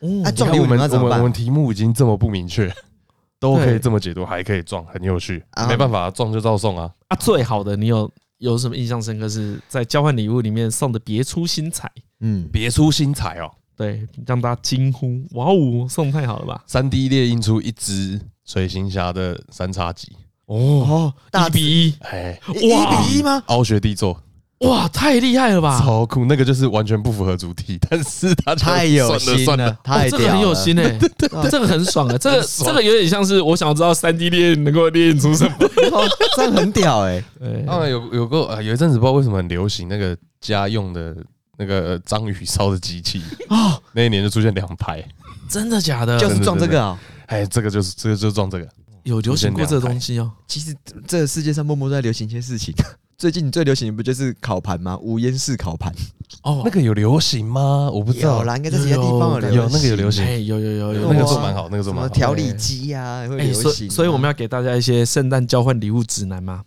哎
那
啊
你
撞
看
礼
我
物
们
你们要
我
怎么
们我
办
们题目已经这么不明确， (laughs) 都可以
对
这么解读，还可以撞，很有趣。
啊
没办法，撞就照送啊。
啊，最好的你有有什么印象深刻？是在交换礼物里面送的别出心裁，
嗯，
别出心裁哦！
对，让大家惊呼：哇哦，送太好了吧！
三 D 猎鹰出一只水行侠的三叉戟，
哦，
哦，大
一比
比
一，
哎，
一啊比一吗？啊
凹学弟做
哇，太厉害了吧！
超酷，那个就是完全不符合主题，但是他就
太有
算了
心
算了，，
太
哦、这个
屌
很有
了
心哎、
对
这个很爽啊，这个
很爽
这个有点像是我想要知道三 D 猎影能够猎影出什么。
哦这样很屌
(laughs)
哎！
对
当然有有过啊，有一阵子不知道为什么很流行那个家用的那个呃章鱼烧的机器
哦，
那一年就出现两台，
真的假的？
就是撞这个啊！
哎，这个就是这个就是撞这个，
有流行过这个东西哦、
其实这个世界上默默都在流行一些事情。啊最近最流行的不就是烤盘吗？无烟式烤盘，
哦，
那个有流行吗？我不知道
有，啦，应该在其他地方有流行
有那个有流行
哎、有有有有
那个做蛮好，那个做
什
蛮好，
么调理机呀，会
哎、
流
所
行
以
啊。
所以我们要给大家一些圣诞交换礼物指南吗？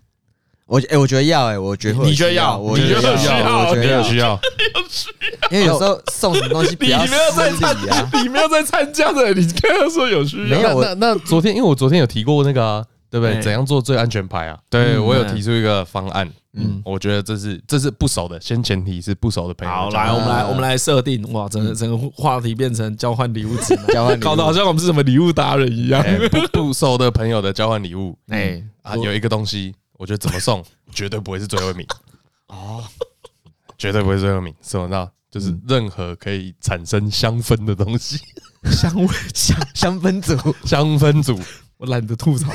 我哎、我觉得要哎、我觉得会有
你觉得
需要，
要
我
你
觉
觉得有需要
要，我觉
你
得
有
要，
需要，
因为有时候送什么东西比
(laughs) 你
较
没有在
失礼啊。
参，你没有在参加的，哎你刚刚说有需要，
没有我
啊那那那昨天，因为我昨天有提过那个啊，对不对？
哎
怎样做最安全牌啊？对
嗯
我
哎
有提出一个方案，
嗯
嗯，我觉得这是这是不熟的，先前提是不熟的朋友。
好，来，我嗯们来，我们来设定，哇，整个整个话题变成交换礼物 (laughs) 指南，
交换礼物
搞得好像我们是什么礼物达人一样。
哎不不熟的朋友的交换礼
(laughs)
物
哎，
啊，有一个东西，我觉得怎么送绝对不会是最后一名
(laughs) 哦，嗯
绝对不会是最后一名，是我知道，就是任何可以产生香氛的东西，
(laughs) 香味香，
香氛组，
香氛组
我懒得吐槽，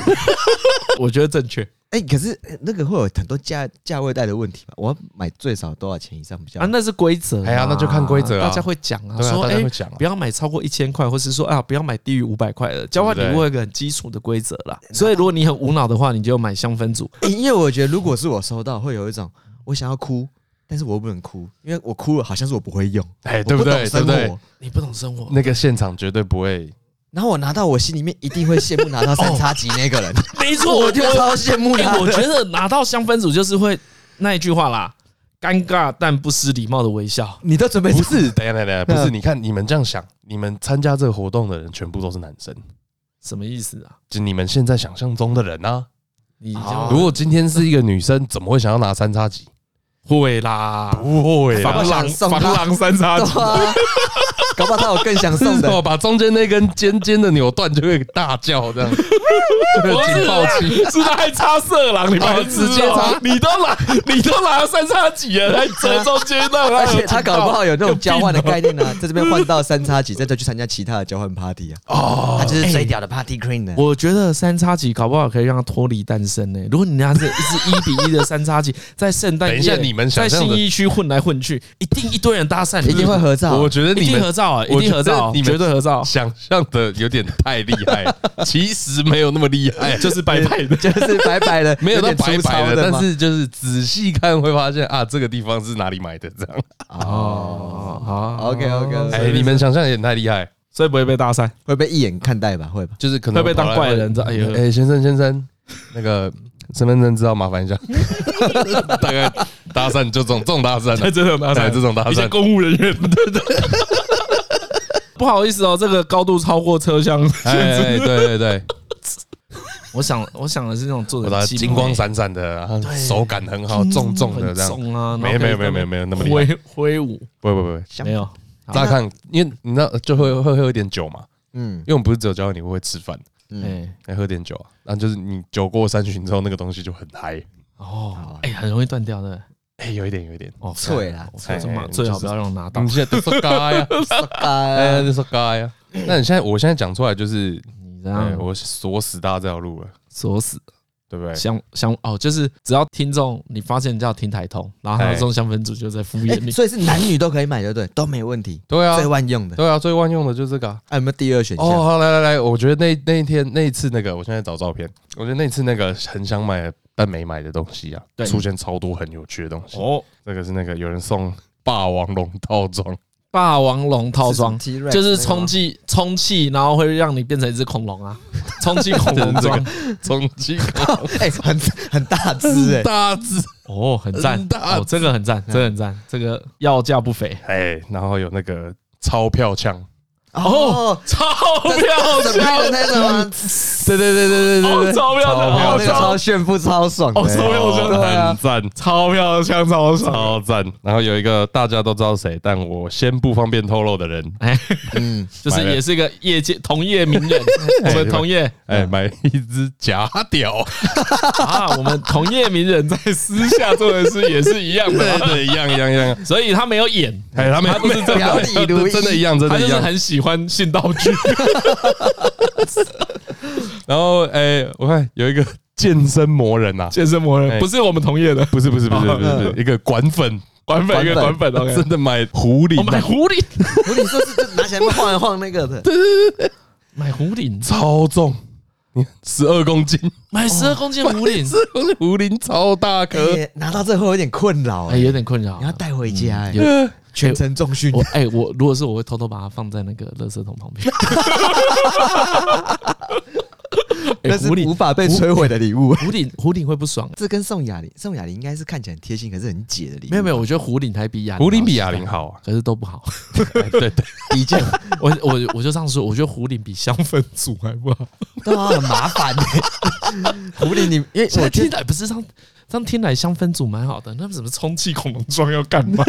(laughs) 我觉得正确
哎、可是呃那个会有很多价价位带的问题吧？我要买最少多少钱以上比较
啊，？那是规则嘛。
哎呀那就看规则啊
大家会讲啊，
对啊
说
大家
哎
会讲啊
不要买超过一千块，或是说啊，不要买低于五百块的。交换礼
对不
物
对
会有一个很基础的规则啦，所以如果你很无脑的话，你就买香氛组。
欸因为我觉得如果是我收到，会有一种我想要哭，但是我又不能哭，因为我哭了好像是我不会用，
哎
我
对不对
懂生活
对不对
你不懂生活，
那个现场绝对不会，
然后我拿到，我心里面一定会羡慕拿到三叉戟那个人，
没错，
我
哦我
就
觉得，
超羡慕他
哎
的。
我觉得拿到香氛组就是会那一句话啦，尴尬但不失礼貌的微笑。
你都准备
不
不
是，等一下等一下，不是，
嗯
你看你们这样想，你们参加这个活动的人全部都是男生，
什么意思啊？
就你们现在想象中的人啊。
你这
哦
样
如果今天是一个女生，怎么会想要拿三叉戟？
会啦，
不会
啦
防狼
想送
防
他
狼三叉戟，
对啊，搞不好他有更想送
是
的
什。么？把中间那根尖尖的扭断就会大叫这样，就会
不是
警报
啦
器。，
是他还插色狼，你
哦
们
直接插，
你都拿你都拿了三叉戟了，还折中间那，
(laughs) 而且他搞不好有那种
有病
交换的
哦
概念
(laughs)
呢、在这边换到三叉戟，再再去参加其他的交换 party 啊。哦，他
哎
就是最屌的 party queen 啊呢。
(laughs) 我觉得三叉戟搞不好可以让他脱离单身呢、如果你拿着一支一比一的三叉戟，在圣诞
等
夜，
一下你们
在
想象
信
的
义区混来混去，一定一堆人搭讪，
一定啊会合照。
我觉得
一
你
定合
们
照啊，一
我觉
定
得
合照，
你们
绝对合照，
想象的有点太厉害，其实没有那么厉害，
就是白派的。
就是白白的，
(laughs) 没有到
点
白
粗糙
白
的
的，
吗，
但是就是仔细看会发现啊，这个地方是哪里买的这样。
哦，好
OK，OK，OK
哎，你们想象也太厉害，
所以不会被搭讪，
会被一眼看待吧？会吧？
就是可
会
能
被当怪人。哎呦，
哎，先生先生，那个身份证知道麻烦一下，大概搭讪就这种这种搭讪啊，
这种搭
哎这种搭讪
一些公务人
(laughs)
员，对对。 (laughs) 不好意思哦，这个高度超过车厢。
哎哎，对对对。
我想，我想的是那种做
我的
的
金光闪闪的，然后手感很好，重重的这样。
重啊，
没有没有没有没有没有那么厉害，
挥挥舞，
不会不会，
香
没有好
乍看，因为你知道就会会喝一点酒嘛，
嗯
因为我们不是只有交换礼物会吃饭，
嗯，
哎
还喝点酒啊，然后就是你酒过三巡之后，那个东西就很嗨，
啊
哦哎，很容易断掉的
哎，有一点有一点，
哦，
脆啊啦
我
脆
最
哎
最好
就是
不要让我拿到
你。现在都是嘎呀， (laughs) 哎，
哎
都是嘎呀。那你现在我现在讲出来就是，
你这
哎
样
我哎锁死大家这条路了，
锁死
对不对？
香香哦，就是只要听众你发现叫听台通，然后他
哎
们送香氛组就在敷衍
哎，
你。
所以是男女都可以买，对不对？都没问题，
对
最
啊，
万用的。
对啊，最万用的就是这个啊。
哎，有没有第二选
哦，
项？
好，来来来，我觉得那那一天那一次那个，我现在找照片，我觉得那一次那个很想买但没买的东西啊，
对
出现超多很有趣的东西。
哦，
这个是那个有人送霸王龙套
(laughs)
装，
霸王龙套装
，T-Rex
就是
那个吗
充气充气，然后会让你变成一只恐龙啊，充气恐龙
(laughs)
装
冲击
(laughs) 哎，很很大只哎，
大字，
哦，很赞
很大嗯
哦，这个很赞，这个很赞，这个要价不菲
哎，然后有那个钞票枪， (laughs)
哦，
钞
准备的那种吗？
对对对对对
哦钞票枪
哦，
钞
那个
票
超
枪，
炫富、超爽的哎
哦钞票枪
对
很
啊，
赞。
钞票香超爽，
超赞！然后有一个大家都知道谁，但我先不方便透露的人，
哎，
嗯，
就是也是一个业界同业名人，我们同业
(laughs) 哎，买一只假
(laughs)
屌，
啊，我们同业名人在私下 (laughs) 啊做的事也是一样
对
的，
(laughs) 对，一样一样一样。
所以他没有演，
哎，他们不是真
表里如一
真的一样，真
他
的
就
一
是
样。
很喜欢性道
(laughs)
具，
然后，哎、我看有一个健身魔人啊，
健身魔人
哎
(laughs) 不是我们同业的，
不是不是不是不是不是，一个管粉，
哦嗯管粉一个管
管
粉，OK，
真的买狐
我
狸
买
啊，
狐狸，
不是你说是这拿起来晃一晃那个的，
买狐狸，
超重，你看十二公斤，
买 (laughs) 十二公斤狐
(laughs)
狸
十，二公斤狐狸超大颗，
哎拿到这会有点困扰
哎，
哎，
有点困扰
你。要带回家
(laughs)
哎
有，
全程重训
我哎，我如果是我会
(laughs)
偷偷把它放在那个垃圾桶旁边。哎
那是
狐狸
无法被摧毁的礼物。
狐狸狐狸会不爽、
(laughs) 这跟宋雅玲，宋雅玲应该是看起来很贴心，可是很解的礼物。
没有没有，我觉得狐狸还比哑
狐狸比哑铃，好啊，
可是都不好。
哎 (laughs) 对对，
比较，
我我我就这样说，我觉得狐狸比香氛组还不好。
对啊，很麻
(laughs)
烦欸。狐狸，你因为
现
啊
我
在
觉
(laughs) 听
得
来不是这样，这样听来香氛组蛮好的，那什么充气恐龙装要干
(laughs)
嘛？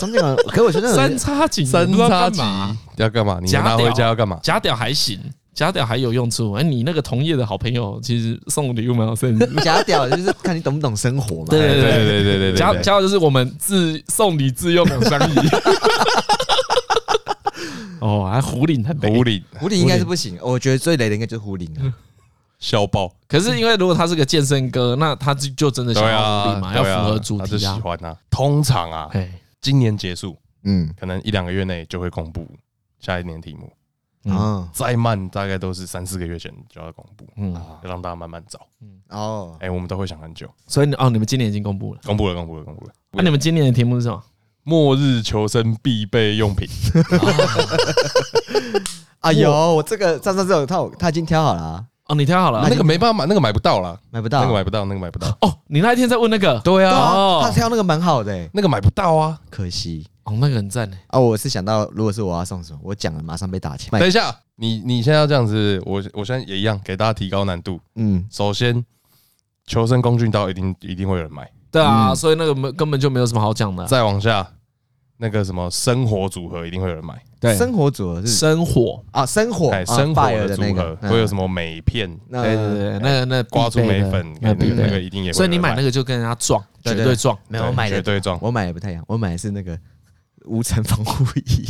中间有，啊可是我觉得那
三
种
叉戟，
三
你不知道
叉
干
戟
嘛
要干嘛？你
假
拿回
屌
家要干嘛？
假屌还行，假屌还有用处。哎，你那个同业的好朋友，其实送礼物蛮好送的。
假屌，就是看你懂不懂生活嘛。
对
对
对对对对对，
假假屌就是我们自送礼自用两相宜。 (laughs) 哦，还狐狸还没
狐狸
狐狸应该是不行，我觉得最雷的应该就是啊狐狸了。
消爆，
可是因为如果他是个健身哥，那他就就真的
对
想要
啊
狐狸嘛，，要
对啊
符合主
他就
题
喜
啊。
欢啊。通常啊，
哎，
今年结束，
嗯
可能一两个月内就会公布下一年题目，
嗯
哦
再慢大概都是三四个月前就要公布，
嗯，
要让大家慢慢找。
哦，
哎，我们都会想很久，
所以你哦，你们今年已经公布了。
公布了，公布了，公布了。
那你们今年的题目是什么？
末日求生必备用品，
啊有，我这个上上这种他有他已经挑好了啊，
哦，你挑好了
那个没办法买，那个买不到啦，
买不
啊
到
那个。买不到，那个买不到。
哦，你那一天在问那个，
对
对
啊，
啊，
哦
他挑那个蛮好的欸，
(laughs) 那个买不到啊。
可惜
哦，那个很赞呢。
啊，我是想到如果是我要送什么，我讲了马上被打钱。
等一下，你你现在要这样子，我我现在也一样，给大家提高难度。
嗯，
首先，求生工具刀一定一定会有人买，
对啊，
嗯
所以那个没根本就没有什么好讲的啊。
再往下，那个什么生活组合一定会有人买，
生活组合是
生火，
啊，生活
哎，生活的组
那
合
个
会有什
么？
么镁片，哎
那
对对对，那那必备的
刮出镁粉，
那
那
必
个那
备
个
的。
一定也会有人买。
所以你买那个就跟人家撞，
对
绝
对
对撞。
没有我
对
买
绝
的
对撞
我买的不太一样，我买的是那个无尘防护衣。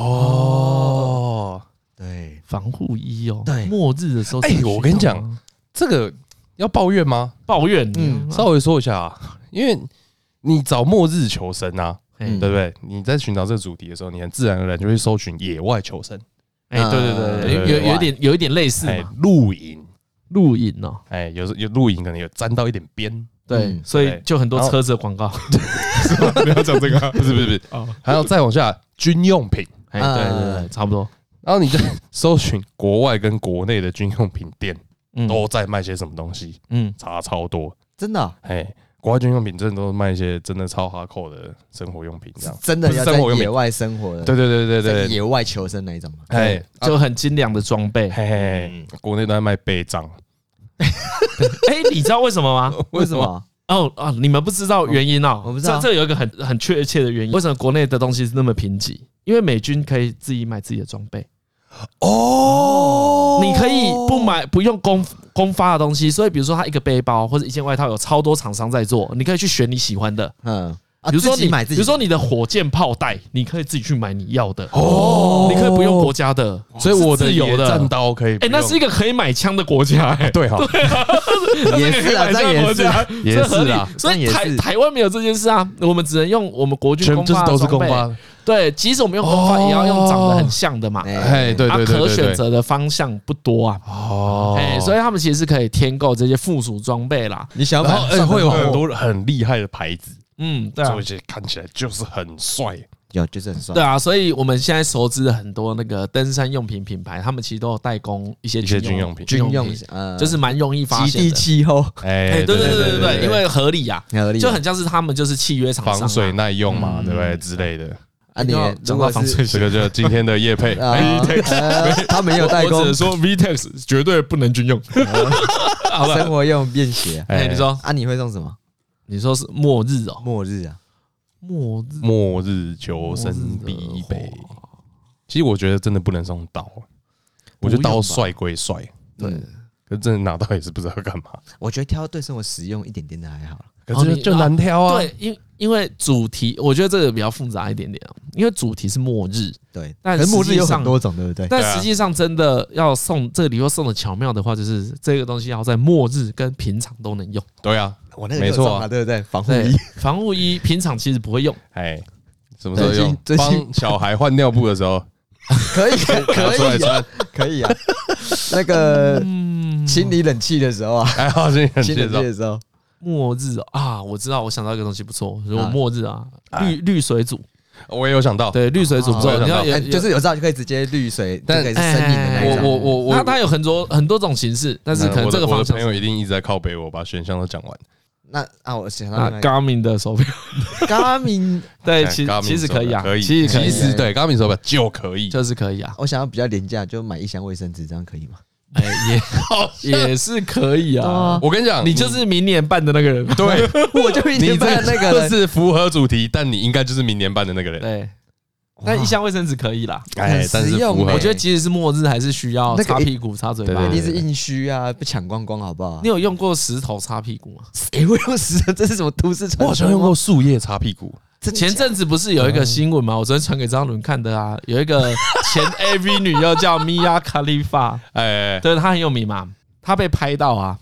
哦。
对，
防护衣哦，
对
末日的时候才需
哎
要啊，
我跟你讲这个要抱怨吗？
抱怨，嗯
嗯，
稍微说一下啊，因为你找末日求生啊，
嗯
对不对？你在寻找这个主题的时候，你很自然而然就会搜寻野外求生，
哎，对对对，有
对对
有有一点有一点类似
哎
嘛，，
露营，
露营哦，
哎，有时有露营可能有沾到一点边， (laughs)
对，
嗯
所以
对
就很多车子的广告
不要讲这个，不是不是不是，
哦，
还有再往下军用品，
哎，
啊
对对对，差不多，
然后你再搜寻国外跟国内的军用品店
嗯
都在卖些什么东西，
嗯，
差超多，
真的哦
哎。国外军用品真的都卖一些真的超哈扣的生活用品，这
是
样。
真的要
啊不是
在
生活用品
野外生活的，
对对对对
在
对，
野外求生那一种嘛。
哎，啊
就很精良的装备。
嘿嘿，嘿，嗯国内都在卖背章，
哎，你知道为什么吗？
为什么？
哦哦，你们不知道原因哦，
我不知道
这这有一个很很确切的原因，为什么国内的东西是那么贫瘠？因为美军可以自己买自己的装备，
哦
你可以不买不用公公发的东西，所以比如说它一个背包或者一件外套有超多厂商在做，你可以去选你喜欢的，
嗯，啊
比如说
自己
你
买自己，
比如说你的火箭炮弹，你可以自己去买你要的，
哦
你可以不用国家的，
所以我的
是自由
野
的
战。刀可以不
哎，
用，啊
那是一个可以买枪的国家，哎，
对哈，
也
可以
是啊，
买
这
枪的
样也
国
是
家
啊，，
也
这合
是
理
啦
所
这
以
样也
台
是
台湾没有这件事啊，我们只能用我们国军
全
公
就
发
是
的
都是公
装备
发，
对，即使我们用公发，
哦
也要用长得很像的嘛。
哎，对
啊，
对对
可
对
选
对，
择的方向不多啊，
哦
哎，所以他们其实是可以添购这些附属装备啦。
你想要
然
买
后
上
哎
的
会有很
货
多很厉害的牌子，
嗯，对啊
做一，些看起来就是很帅，
有，就是很帅。
对啊，所以我们现在熟知的很多那个登山用品品牌，他们其实都有代工一些
一些
军
军用品
军用
品
呃，
就是蛮容易发
极
现
地
的。
气候 (laughs)
哎
哎，对对对对对，因为合理啊呀，
合理，
就很像是他们就是契约厂商
嗯防
啊
水耐用嘛，
嗯
对不对之类的，
啊，你
要
如
讲到
果
防
是
水
这个就是今天的叶配，
啊
哎，
呃他们也有代工，
说 VTEX 绝对不能军用。好
啊生
吧，
活用便携
哎，你说
啊，你会送什么？
你说是末日哦，
末日啊，
末日
末日求生必备。其实我觉得真的不能送刀，我觉得刀帅归帅，
对
嗯，可是真的拿到也是不知道干嘛，
我觉得挑对生活实用一点点的还好，
可
哦
是
你
就难挑啊。
对，因因为主题，我觉得这个比较复杂一点点啊，因为主题是末日，
对，
但
可是末
实
日
际
有
上
很多种，对不哎对？
但
对啊
实际上真的要送这个礼物送的巧妙的话，就是这个东西要在末日跟平常都能用。
对啊，
我那个
没
就
错
送
啊
了，对不对？防护
对 (laughs)
衣，，
防护衣平常其实不会用，
哎，什么时候用？
最近最近
帮小孩换尿布的时候
可以，可
拿出来
以啊，
穿。
可以啊。那个
嗯，
清理冷气的时候啊，
哎，好，这很
清理
介
冷气
绍
的时候，
末日啊，我知道，我想到一个东西不错，如果
啊
末日啊，
哎
绿绿水组，
我也有想到，
对，滤水诅
我
咒，
有
你
想到
看也
哎就是有照就可以直接滤水，就
但
可以是生饮
哎
的那一
我
种。
我我我
它它有很多很多种形式，但是可能这
我的
个
我
方
的
向
朋友一定一直在靠北我，把选项都讲完。
那啊，我想到
啊
那个
，Garmin 的手表，
Garmin，
(laughs) 对，其
哎，Garmin
其实可以啊，
手表可以，
其实可
其
以，
实对，高明手表就可以，
就是可以啊，
我想要比较廉价，就买一箱卫生纸，这样可以吗？
哎，也 (laughs) 也是可以啊。
我跟你讲，
你就是明年办的那个人，
哦对，
(laughs) 我就一
你
年半
这
那个
就
人
是符合主题，但你应该就是明年办的那个人。
对。但一箱卫生纸可以啦，
哎
很，
但是
实用
符合
欸
我觉得即使是末日，还是需要
那个
擦屁股、擦嘴巴
对
一
对
定
对。
是硬需啊，被抢光光好不好 (laughs)
你？有用过石头擦屁股吗？
谁会用石头？这是什么都市传说？
我好
啊
像用过，树叶擦屁股，
真的假的
前阵子不是有一个新闻
嗯
吗？我昨天传给张伦看的啊，有
(laughs)
一个前 AV 女优叫 Mia Khalifa，
哎，
对，她很有名嘛，她被拍到啊，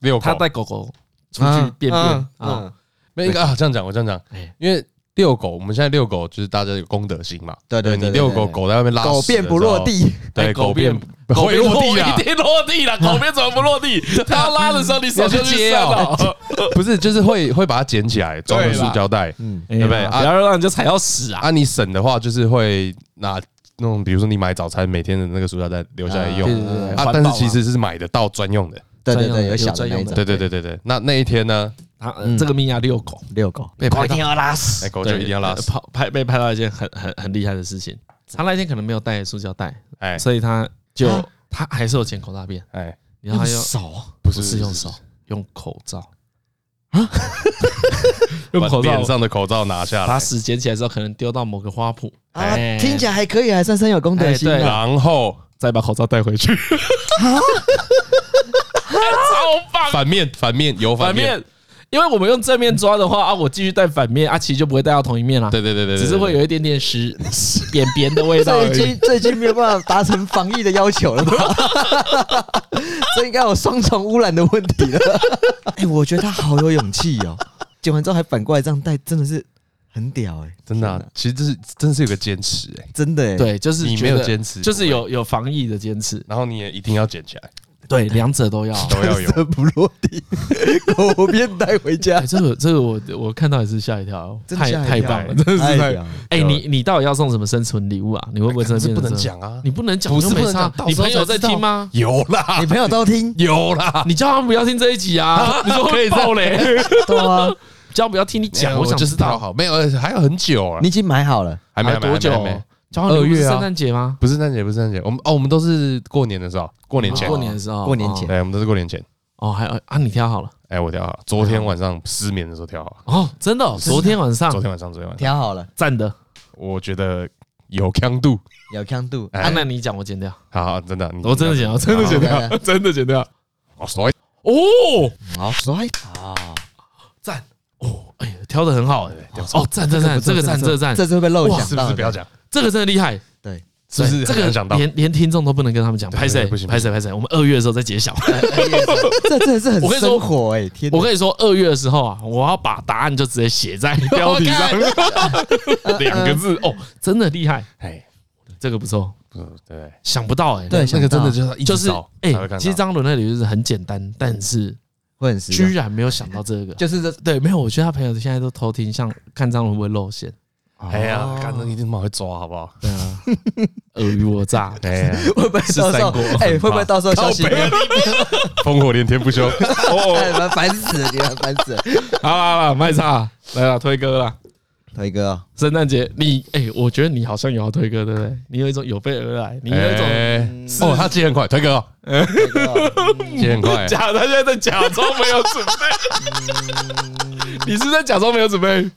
遛
她
狗，
带狗狗出去便便
嗯嗯
啊，
嗯
没啊，这样讲，我这样讲
哎，
因为遛狗，我们现在遛狗就是大家有公德心嘛，
对对对
你
对
遛
对
狗，
对
狗在外面拉，
啊狗便不落，地，
对，
哎
狗
狗
便
便
会落地
一
啊， (laughs)
定落地了，狗便怎么不落地？她要拉的时候，你手就去接 (laughs) 哦，
(laughs) 不是，就是会会把它捡起来装回
对
塑
啦
胶袋
嗯，
对
不对啊
不要让人家踩到屎啊！
啊。你省的话，就是会拿那种，比如说你买早餐每天的那个塑胶袋留下来
对
用
对
对
对
对
对
啊，但是其实是买得到专用的。
对对
专用
对，
的
有
有
小的
专
那
用
一种
的
对对对对对，那那一天呢，
他啊这个米娅遛狗，
遛狗，
被拍到
要拉屎，
哎，狗就一定要拉
对
屎，
呃跑拍被拍到一件很很很厉害的事情。他那天可能没有带塑胶袋，
哎
所以他就
啊
他还是有捡口大便，
哎，
然后他用
不
不是用手，用口罩啊， (laughs) 用
把
口罩
脸上的口罩拿下
把
来，
屎捡起来之后，可能丢到某个花圃，
啊
哎，
听起来还可以，还算很有公德心
哎对
啊。
然后
再把口罩带回去，超棒！
反面反面有 (laughs)
反
反面，
面，因为我们用正面抓的话啊，我继续带反面，啊，其实就不会带到同一面啦，
对对对对，对
只是会有一点
(laughs)
点屎扁扁的味道
这
而
已
已。
经这已经没有办法达成防疫的要求了吧？ (laughs) 这应该有双重污染的问题了。 (laughs) 哎、我觉得他好有勇气哦，剪完之后还反过来这样戴，真的是很屌哎、
真的啊
天哪，
其实这是真是有个坚持哎，
真的哎、
对，就是
你
觉
没有
得
坚持
就是
不
有有防疫的坚持，
然后你也一定要捡起来，
对，两者都要。
都要
哦
有。
色不落地， (laughs) 狗便带回家
(laughs) 哎，，这个这个我我看到也是吓一跳，
真的
太
吓一
太
跳
棒了，
哎 (laughs)
真的是
太
太
屌
(laughs)
了。
哎，你你到底要送什么生存礼物啊？你会不会真
可
的
是
变
不
成
能
这样？
讲啊，
你不能讲，
不是
就没
不能
差
讲到
你
时候
朋友
才
在
知道
听吗？
有啦，
你，朋友都听
有啦，
你叫他们不要听这一集啊！你说会爆雷，
对啊，
叫他们不要听你讲，
没有
哎想
就是
知
讨
道
好，没有还有很久啊
你，已经买好了，
还没还没
多久
还没还没？
交换礼
二
物
月
是
啊
圣诞节吗？
不是圣诞节，不是圣诞节，我们哦，我们都是过年的时候，过年前，哎
哦过年的时候，
过年前
对，我们都是过年前。
哦，哦还有啊，你挑好了
哎，我挑好了，昨天晚上失眠的时候挑好
哦，真的哦，昨天晚上
了，昨天晚上，昨天晚上，
挑好了，
赞的，
我觉得有强度，
有强
(laughs)
度。
哎
嗯
啊，那你讲我剪掉，
好好，真的，你
我真的剪掉，真的剪
好
掉，真的剪掉，
哦，所以
哦，
好帅啊！
赞哦，哎呀，挑的很好哎，哦，赞赞赞，这个赞这个赞，
这次会被漏
哇，
想
是不
到
是
的
不要讲？
这个真的厉害，
对， (laughs)
是不是
这
很
个
难想到
连连听众都不能跟他们讲，
对
拍谁
对不行
拍谁拍谁，我们二月的时候再揭晓。
哎这真的是很
我跟你说
生活哎、天哪，
我跟你说，二月的时候啊，我要把答案就直接写在标题上，两个字哦，真的厉害，
哎，
这个不错，
嗯，对，
想不到哎，
对
那个真的
想
就是
就
就是是
哎、其实张伦那里就是很简单，但是
会很实用
居然没有想到这个，
啊就是这
对，没有，我觉得他朋友现在都偷听，像看张伦会不会露馅，
哎
哦
呀，干那一定蛮会抓，好不好？
对啊，尔虞我诈， (laughs)
哎呀，
会不会到时候
是三国？
哎、会不会到时候消息
靠？北啊哦烽火连天不休，
哎，烦烦死了，你们烦死了。 (laughs)
好啦好啦，卖差来了，推歌啦。
推哥哦，
圣诞节，你哎、我觉得你好像有要推歌，对不对？你有一种有备而来， (laughs) 你有一种、嗯
哎哦，他接很快，推哥哦
推歌哦
接很快，
(laughs) 假，他现在在假装没有准备。你是在假装没有准备？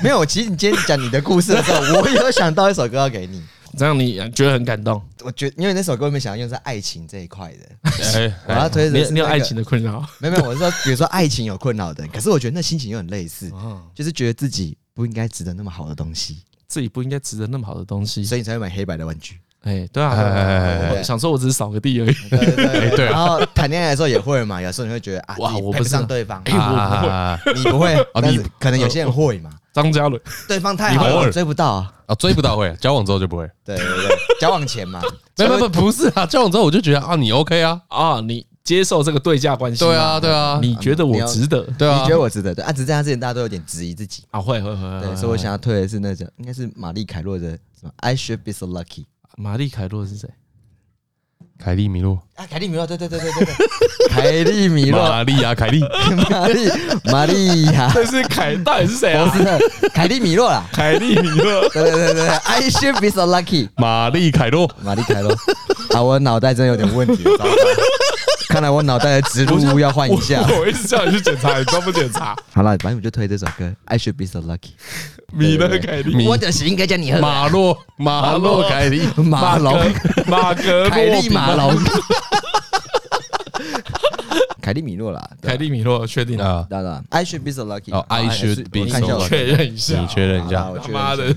没有，其实你今天讲你的故事的时候，我有想到一首歌要给你。
这样你觉得很感动？
我觉得，因为那首歌我们想要用在爱情这一块
(laughs)
的，
哎
我要
哎，
推的、
你
是
你有
那个
爱情？的困扰？
没有没有，我是说，比如说爱情有困扰的，可是我觉得那心情又很类似，就是觉得自己不应该值得那么好的东西，
(laughs) 自己不应该值得那么好的东西。
所以你才会买黑白的玩具。
哎，对啊，
哎哎哎哎
我想说我只是扫个地而已。
对对对
哎对啊
然后谈恋爱的时候也会嘛，有时候你会觉得啊，
哇
自己
我
配
不
不
是
上对方，
哎我不会
啊
你不会，但是
你
可能有些人会嘛，
张嘉伦，
对方太
你
好
会
了，追不到啊。
啊，追不到会，交往之后就不会。
对对对，交往前嘛，
没有没有，不是啊，交往之后我就觉得啊，你 OK 啊，
啊，你接受这个对价关系嘛。
对啊，对啊，
你觉得我值得
对啊
你觉，得我值得？对啊，只是在他之前大家都有点质疑自己，
啊？会会会，
对，
会
所以我想要推的是那种，应该是玛丽凯洛的什么 “I should be so lucky”
玛丽凯洛是谁？
凯利米洛，
啊，凯利米洛，对对对对对
(laughs)
对，凯利米洛，
玛丽亚凯利，
玛丽玛丽
(laughs)
亚，
这是凯，到底是谁
不
啊？
是的凯利米洛啦，
凯利米洛，
对对对对对，I should be so lucky，
玛丽凯洛，
玛丽凯洛，啊，我脑袋真的有点问
(laughs)
题，糟糕看来我脑袋的植入物要换一下。
我我一直叫你去检查，你都不检查。
好了，反正我就推这首歌，I should be so lucky，
米勒凯利、
米
我就是应该叫你喝
马洛，马洛凯利，
马龙。
(laughs) 马格
凯
洛
利
比
马
吗、
龙， (laughs) 凯利米诺啦，
凯利米洛，确定啊？
啊，
当然，I should be so lucky。哎
哦，I should be
我看一下
so
我
lucky
确认一下
你。确认一
好
下
啦，我确认一
他
下
啊妈的！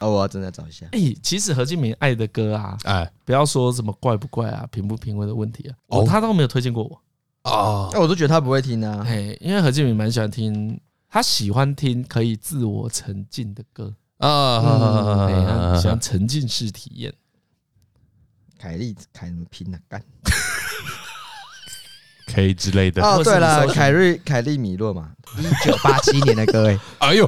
哦，我要真的找一下。
哎、其实何敬明爱的歌啊，
哎，
不要说什么怪不怪啊、平不平稳的问题啊，
哦
哦，他都没有推荐过我。
哦，
哎那我都觉得他不会听啊。
哎、因为何敬明蛮喜欢听，他喜欢听可以自我沉浸的歌，
啊
哎、他
啊
喜欢沉浸式体验。
凯利凯什么拼啊？干
，K 之类的，
哦，对
或
了
是，
凯瑞凯利米诺嘛，一九八七年的歌哎。
哎呦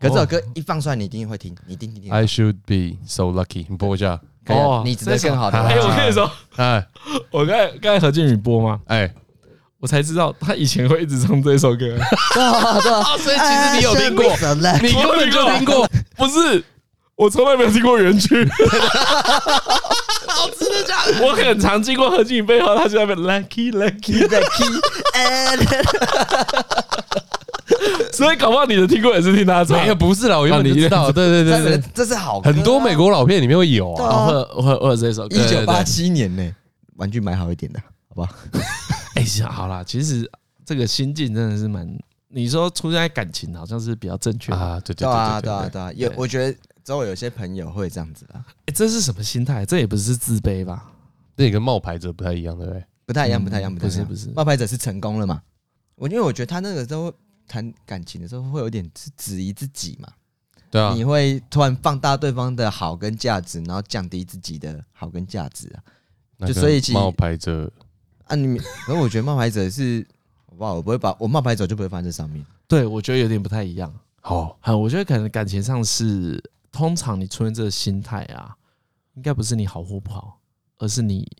可这首歌一放出来，你一定会听，你一定听。
，I should be so lucky，你播一下，
可以啊
哦
你值得更好的
啊
哎、
这个
我跟你说，
哎
我刚才刚才何敬明播吗？
哎，
我才知道他以前会一直唱这首歌，
啊，对啊，
所以其实你有听过
(laughs) I should be so lucky
(laughs)
你根本就听过，
不是。哦我从来没有听过园 (laughs) 区，我很常经过何敬明背后，他就在那边 lucky lucky， (laughs)
The key and
所以搞不好你的听过也是听他唱。
没有，不是啦，我原本就
啊你
知道，对对对对
这
对，
(laughs) 这是好歌啊，
很多美国老片里面会有啊，
哦，会有会有会有这首歌。
一九八七年呢，玩具买好一点的，好吧？
哎，行好啦，其实这个心境真的是蛮，你说出现在感情好像是比较正确的。
啊，对对
对啊，
对
对啊，
对
对啊，有我觉得周围有些朋友会这样子啦，
哎，这是什么心态？这也不是自卑吧？
对，这跟冒牌者不太一样，对不对？
不太一样，
嗯
不太一样，不
不
太一
是
样。
不是
冒牌者是成功了嘛？我因为我觉得他那个时候谈感情的时候会有点质质疑自己嘛，
对啊，
你会突然放大对方的好跟价值，然后降低自己的好跟价值啊。
那个
就所以其
冒牌者
啊你， (laughs) 可是我觉得冒牌者是，我不知道我不会把我冒牌者就不会放在这上面。
对，我觉得有点不太一样。
好，
啊，我觉得可能感情上是，通常你出现这个心态啊，应该不是你好或不好，而是你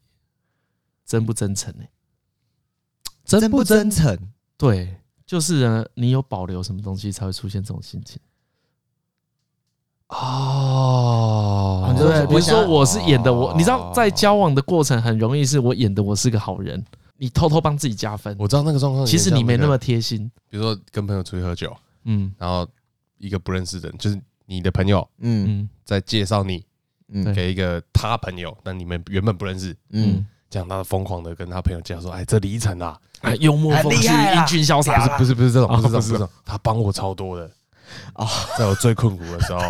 真不真诚欸
真不真诚？
对，就是呢，你有保留什么东西才会出现这种心情。
哦
对不对？比如
我想哦
说我是演的我，你知道在
教
交往的过程很容易是我演的我是个好人，你偷偷帮自己加分，
我知道那个状况，
其实你没那么，贴心。
比如说跟朋友出去喝酒，
嗯
然后一个不认识的人，就是你的朋友
嗯
嗯
在介绍你
嗯
对
给一个他朋友，那你们原本不认识，
嗯，
这样他疯狂的跟他朋友介绍说，哎，这李晨啊，
啊，幽
哎
默风趣，英俊潇洒，
不是不是这种，
哦
不是这种，不
不是
是这种，他帮我超多的
哦，
在我最困苦的
(laughs)
时候，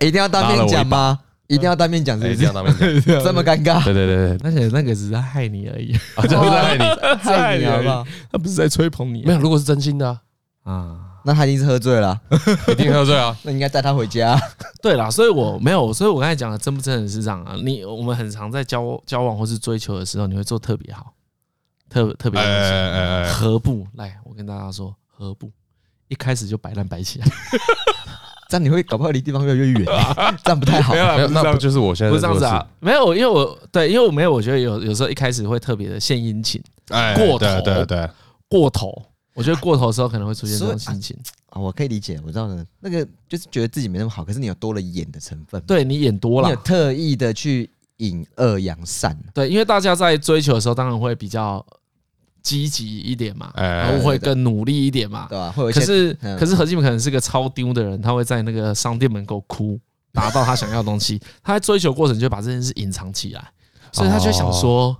一定要当面讲吗？一定要当面讲是
哎，
不
这
是
样？他们讲，
这么尴
(laughs)
尬，
对对对对，
而且那个只是在害你而已， (laughs)
啊，这不是爱你，
害你好不好？
他不是在吹捧你
没有，如果是真心的啊，
啊。
那他一定是喝醉了啊，
一定喝醉啊，
(laughs) 那应该带他回家啊。
对啦，所以我没有，所以我刚才讲的真不真的是这样啊。你我们很常在交交往或是追求的时候，你会做特别好，特特别
哎
好的事情
哎哎哎，
何不来？我跟大家说，何不一开始就摆烂摆起来？
这样你会搞不好离地方越来越远，啊
(laughs)
这样不太好。
没有，那不就是我现在
啊不
在
是
做
这样子
的事
啊？，没有，因为我对，因为我没有，我觉得有有时候一开始会特别的献殷勤，
哎，
过头
对对对，
过头。我觉得过头的时候可能会出现这
所以
种心情，
啊，我可以理解，我知道的，那个就是觉得自己没那么好，可是你有多了演的成分，
对你演多
你有
了，
特意的去引恶扬善，
对，因为大家在追求的时候，当然会比较积极一点嘛，
哎
然后会更努力一点嘛
对。吧？会有一
可
些
是，
嗯
可是何进可能是个超丢的人，他会在那个商店门口哭，拿到他想要的东西。 (laughs) 他在追求过程就把这件事隐藏起来，所以他就想说。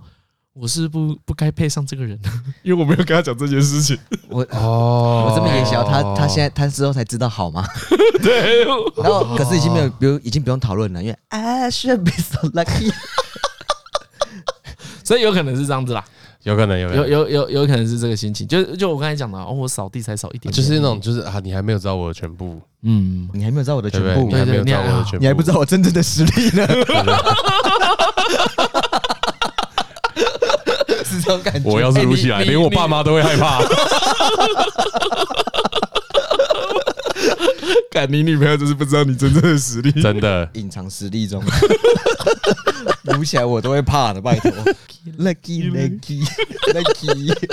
我是不不该配上这个人， (laughs) 因为我没有跟他讲这件事情。
我
哦
我这么言小，他他现在他之后才知道好
(laughs)
吗？
(laughs) 对，
然后可是已经没有，比如已经不用讨论了，因为 I should be so
(laughs)
lucky。
所以有可能是这样子啦，
有可能有可
有
能，
有有有可能是这个心情，就就我刚才讲的，哦，我扫地才扫一点点，
就是那种就是啊，你还没有知道我的全
(laughs)
部，
嗯，
你还没有知道我的
对不
全
对？
部
你，还没有知道
对对
我的全部，
你还不知道我真正 (laughs) 的实力呢。
对。对对
种感觉。
我要是撸起来，
哎你
连我爸妈都会害怕。
干你女朋友就是不知道你真正的实力。
真的，
隐藏实力中，撸起来我都会怕的，拜托。Lucky Lucky (laughs) Lucky，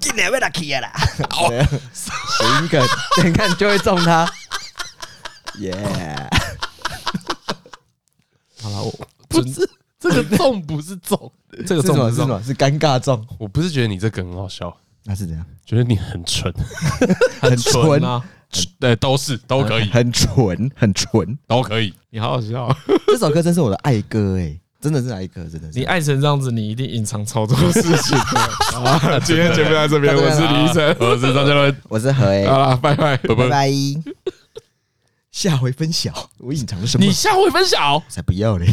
进来被 Lucky (laughs) 啦！啊谐音梗， (laughs) 你看就会中他。Yeah，
好了，我
不是
(laughs)
这个重不是重，
这个
是什
重
么？
不
是
重
什么？是尴尬中？
我不是觉得你这个很好笑，
那是怎样？
觉得你很
(laughs)
蠢。
很
纯啊，
对，都是都可
(laughs)
以，
很纯，很纯。
都可以。
你好好笑，
这首歌真是我的爱歌哎、真的是爱歌，真的是。
你爱成这样子，你一定隐藏超多 (laughs)
(laughs)
事情的。啊，今天节目到这边，
到这
我
边
是李医生，
我是张嘉伦，
啊我是何欸 A，
好了，拜拜。
拜
拜
拜。
拜。 (laughs) 下回分晓我隐藏了什么
你？下回分晓。
才不要嘞！